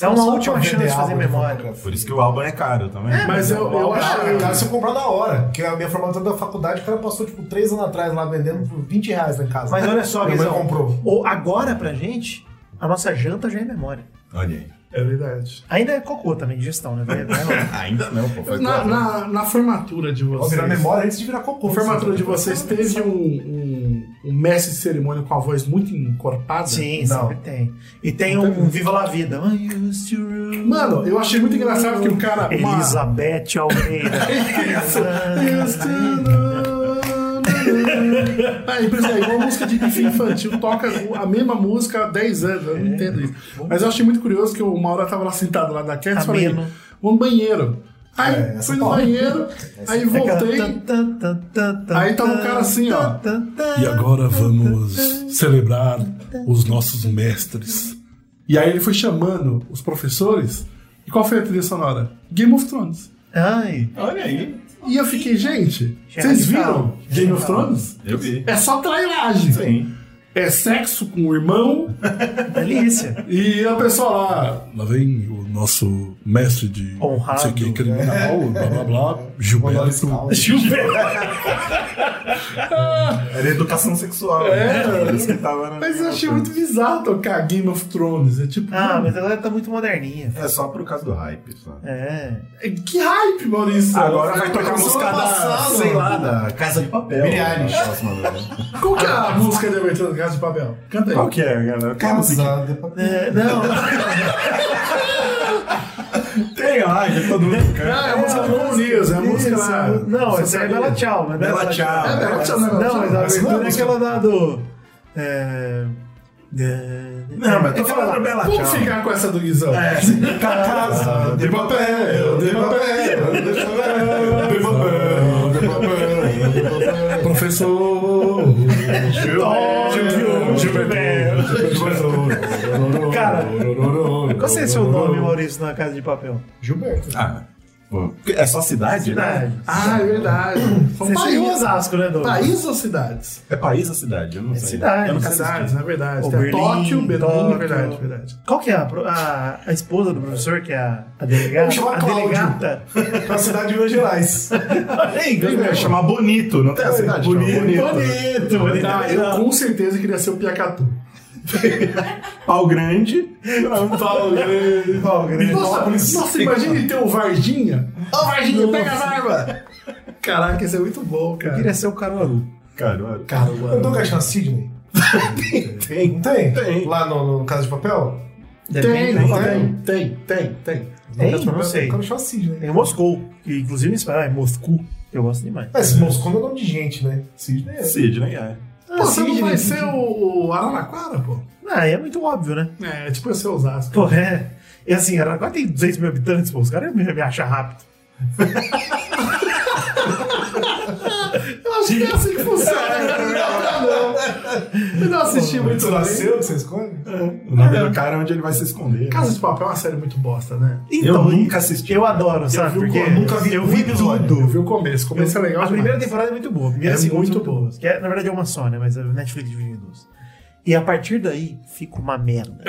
é uma última chance de
né?
fazer memória.
Por isso que o álbum é caro também.
Mas eu, eu
É
Cara, cara,
acho.
se eu comprar na hora. Que a minha formatura da faculdade, o cara passou, tipo, três anos atrás lá vendendo por 20 reais lá em casa.
Mas olha só,
Minha mãe
Guizão.
comprou.
Ou agora pra gente, a nossa janta já é memória.
Olha aí.
É verdade.
Ainda é cocô também, digestão, né? Vai- vai lá.
Ah, Ainda não, pô. Foi
Na,
claro.
na, na formatura de
Ó,
vocês.
virar memória antes de virar cocô.
Na formatura de vocês teve um, um, um mestre de cerimônia com a voz muito encorpada.
Sim,
Não.
sempre tem. E tem um Viva La Vida. I used to rule.
Mano, eu achei muito engraçado que o cara. uma-
Elizabeth Almeida.
Used to know. Ah, impressionante. É igual a música de bife infantil, toca a mesma música há 10 anos. Eu não
É.
entendo isso. Mas eu achei muito curioso que o Mauro tava lá sentado lá na Cats e falei,
Ameno.
vou no banheiro. Aí
Tá É, essa é
fui no
porra.
banheiro, aí voltei. Aí
tá
tava um cara assim, ó. E agora vamos celebrar os nossos mestres. E aí ele foi chamando os professores. E qual foi a trilha sonora? Game of Thrones.
Ai,
Olha aí.
E eu fiquei, gente,
Chega
vocês
de
viram
calma.
Game of Thrones?
Eu vi.
É só trairagem.
Sim.
É sexo com o irmão
delícia.
e a pessoa lá. Lá vem o nosso mestre de
Honrado. né?
sei o que, criminal, blá blá blá, Gilberto.
Era educação sexual.
É.
Por isso que tava na-
Mas eu achei muito bizarro tocar Game of Thrones. É tipo,
Ah, mas ela tá muito moderninha.
É só por causa do hype. Só.
É.
que hype, Maurício.
Agora vai tocar a
Mas
música
ano
da,
passado,
sei lá, da Casa de Papel.
Billie Eilish.
Na próxima vez.
Qual que é a música de abertura do Casa de Papel? Canta aí.
Qual que é, galera? Qual música
Casada.
É, Não,
que tem lá, que todo mundo canta?
Ah, é a música do Comuniz, é a música lá.
não,
Você
essa é
sabia?
Bela Tchau, mas não é
Bela Tchau.
É Bela Tchau, não é Bela
Não,
Tchau.
mas a
Essa não é
abertura é
música.
aquela da do. É. é,
Não, mas eu tô
aquela
falando
lá.
do Bela
Vamos
Tchau.
ficar é com essa do Guizão.
Casa de Papel, de Papel, de Papel, de Papel, de Papel, de Papel.
Professor.
Gilberto, Gilberto, Gilberto.
Cara, Qual seria seu nome, Maurício, na Casa de Papel?
Gilberto.
Ah, pô, é só cidade, né?
Ah, é verdade. São
Você seria o
países,
Osasco, né, Douglas?
países ou cidades?
É país ou cidade? Eu não
É
sei.
cidade, né?
Eu nunca assisti.
Cidades, na verdade.
Ou
Tem a
Berlim,
Tóquio, Berlim,
Tóquio.
verdade, verdade.
Qual que é a, pro- a, a esposa do professor, que é a, a delegada?
Vamos chamar
A
Cláudio.
delegata.
Na cidade de Minas Gerais.
Ei,
Eu ia chamar Bonito, não tem a cidade? chama
bonito. Bonito, bonito.
Ah, eu com certeza queria ser o Piacatu.
Pau Grande.
Qual, grande?
Nossa, nossa imagine ter o Varginha. Ô, Varginha, pega as armas! Caraca, isso é muito bom,
Eu
cara.
queria ser o Caruaru.
Cara, olha.
Cara,
Eu
mano.
tô gastando Sidney. Tem. Tem?
Tem.
Lá no, no Casa de Papel?
Tem,
Depende, né?
tem, tem, tem, tem.
Tem?
Eu
Não sei.
quero chamar Cid, né?
Tem o Moscou, que inclusive me inspira. Ah, é Moscou. Eu gosto demais.
Mas Moscou não é nome de gente, né? Sidney é.
Sidney, é.
Pô, você não vai ser o Araraquara, pô?
Ah, é muito óbvio, né?
É, tipo eu ser Osasco.
Pô, é. E assim, agora tem 200 mil habitantes, pô. Os caras iam me me achar rápido.
Eu acho que é assim que funciona. cara. Eu não assisti muito bem.
Nasceu que você escolhe?
O nome do cara é onde ele vai se esconder.
Casa de Papel é uma série muito bosta, né?
Então,
nunca assisti.
Eu adoro, sabe?
vi o-
Porque
eu nunca vi
eu vi
um episódio.
tudo.
Eu vi o começo. O começo é legal
A primeira
demais.
temporada é muito boa. A primeira
É
e a segunda
muito
são muito
boa.
boas. Que é, na verdade é uma só, né? Mas a Netflix dividiu em duas. E a partir daí fica uma
É
merda.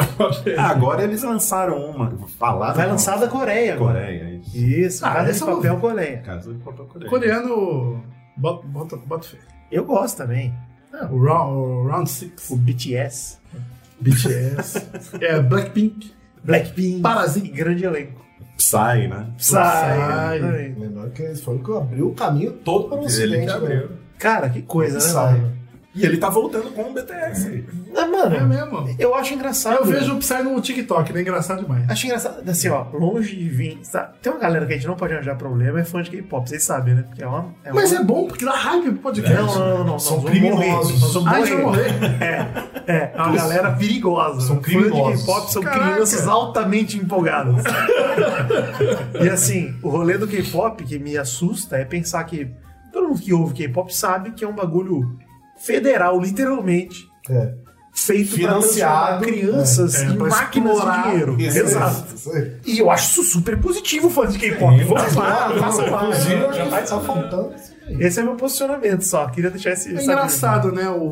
Ah, agora eles lançaram uma. Falaram.
Vai
não.
lançar da Coreia agora.
Coreia, isso.
Isso,
Ah,
Casa de
essa eu não
Papel Coreia.
Casa de Papel Coreia.
Coreano, bota, bota, bota fé.
Eu gosto também.
É, O Round, o round Six.
O BTS,
BTS. é, Blackpink.
Blackpink,
É, Parasite.
grande elenco.
Psy, né?
Sai.
Sai.
Lembrando que eles foram que abriu o caminho todo para o Ocidente.
que abriu.
né?
Cara, que coisa, né?
Sai.
mano?
E ele tá voltando com o BTS.
Ah,
É
mano,
mesmo.
eu acho engraçado.
Eu vejo o Psy no TikTok, né? Engraçado demais.
Acho engraçado, assim, ó, longe de vir. sabe? Tem uma galera que a gente não pode arranjar problema, é fã de K-pop, vocês sabem, né? Porque é uma. é uma-
Mas é bom porque dá hype pro podcast. É
Não, não, não, não.
é São
nós vamos morrer,
criminosos.
nós vamos
Ah, eles vão morrer.
É, é, é uma galera perigosa. né?
São
Fã de
criminosos.
K-pop são
Caraca.
crianças altamente empolgadas. e assim, o rolê do K-pop que me assusta é pensar que todo mundo que ouve K-pop sabe que é um bagulho federal, literalmente,
É.
feito
Financiado,
para crianças
é, é,
em
pra
máquinas de
explorar
dinheiro.
Isso,
Exato.
isso, isso.
E eu acho isso super positivo, fã de K-pop. Vamos lá, faça parte.
Inclusive, eu acho que tá faltando isso aí.
Esse é meu posicionamento só. Queria deixar esse.
É
essa-
engraçado, né? O,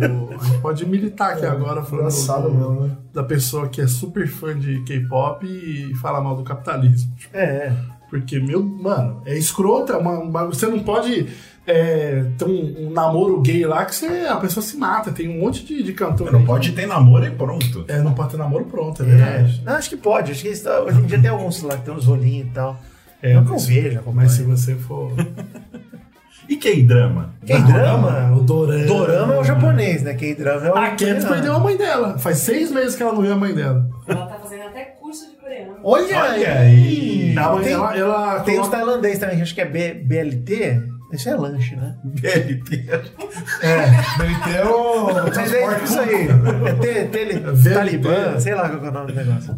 o- a gente pode militar aqui agora falando
Engraçado
do-
mesmo, né?
da pessoa que é super fã de K-pop e fala mal do capitalismo.
É, é.
Porque, meu, mano, é escroto, é uma, um bagulho. Você não pode é, ter um, um namoro gay lá que você- a pessoa se mata. Tem um monte de, de cantor.
É. Não
aí.
pode ter namoro e pronto.
É, não pode ter namoro pronto, é
É.
verdade.
Não, acho que pode. Acho que isso tá- hoje em dia tem alguns lá que tem uns rolinhos e tal.
É,
não que eu
mas-
veja, como
Mas se
é.
você for.
E K-drama?
Quem drama?
o Dorama. Ah,
Dorama é o japonês, né? Quem drama é o.
A Candice perdeu a mãe dela. Faz seis meses que ela não vê a mãe dela.
Ela tá fazendo até curso de coreano.
Olha,
Olha
aí!
aí!
A mãe
tem
dela, ela
tem os
coloca-
tailandês também, que acho que é B- BLT. Isso é lanche, né?
BLT.
BLT é o
Mas é
transporte
isso aí. É te- tele-
VLT.
Talibã, sei lá qual que é o nome do negócio.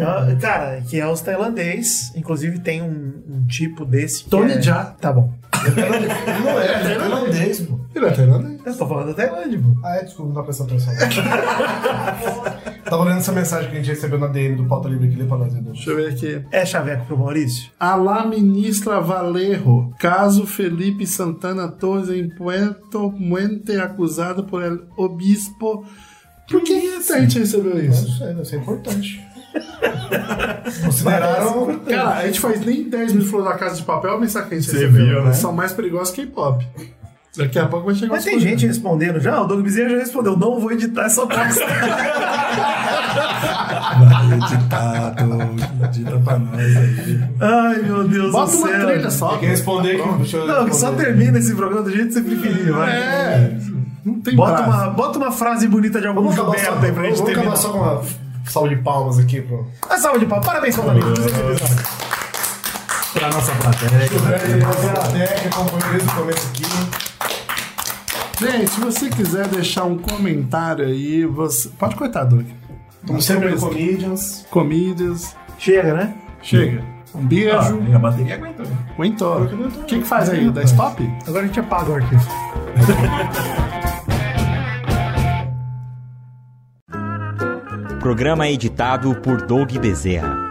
Ah, Cara, que é os tailandês. Inclusive tem um, um tipo desse. que
Tony
é...
Jaa.
Tá bom.
Não é,
né?
é tailandês, pô.
Ele é tailandês.
Eu tô falando da Tailândia, pô.
Ah, é, desculpa, não tá prestando atenção. Tava lendo essa mensagem que a gente recebeu na DM do Pauta Livre que lê pra nós, Edu.
Deixa eu ver aqui.
É chaveco pro Maurício?
Alá, ministra Valerro. Caso Felipe Santana Torres em Puerto Muente acusado por el obispo. Por que a gente recebeu
Não
isso?
sei, isso é importante. Consideraram.
Cara, a gente faz nem 10 mil flores da casa de papel, a mensagem que a gente
Você
recebeu.
viu, né?
São mais perigosos que K-pop. Daqui a pouco vai chegar
Mas
os
tem gente respondendo já, o Doug Bezerra já respondeu, não vou editar essa parte.
Ah,
Ditado, dita pra nós aí.
Ai, meu Deus
Bota
do céu.
uma trilha só.
Tem que responder aqui. Deixa eu
Não, que só
responder.
termina esse programa do jeito que você preferir, vai.
É. Não tem
Bota
prazo.
uma, bota uma frase bonita de algum
Vamos acabar só,
Gilberto aí pra gente
vamos
terminar.
acabar só com uma salva de palmas aqui, pô.
Uma salva de palmas. Parabéns, Fontaneiro.
pra nossa plateia.
Até que acompanhou desde o começo aqui.
Gente, se você quiser deixar um comentário aí, você. Pode cortar, Doug.
Como sempre no Comedians.
Comídias.
é Chega, né?
Chega. Um beijo.
Hum. Ah, a bateria aguentou.
Aguentou. O que, que faz aí? Dá stop?
Agora a gente apaga o arquivo.
Programa editado por Doug Bezerra.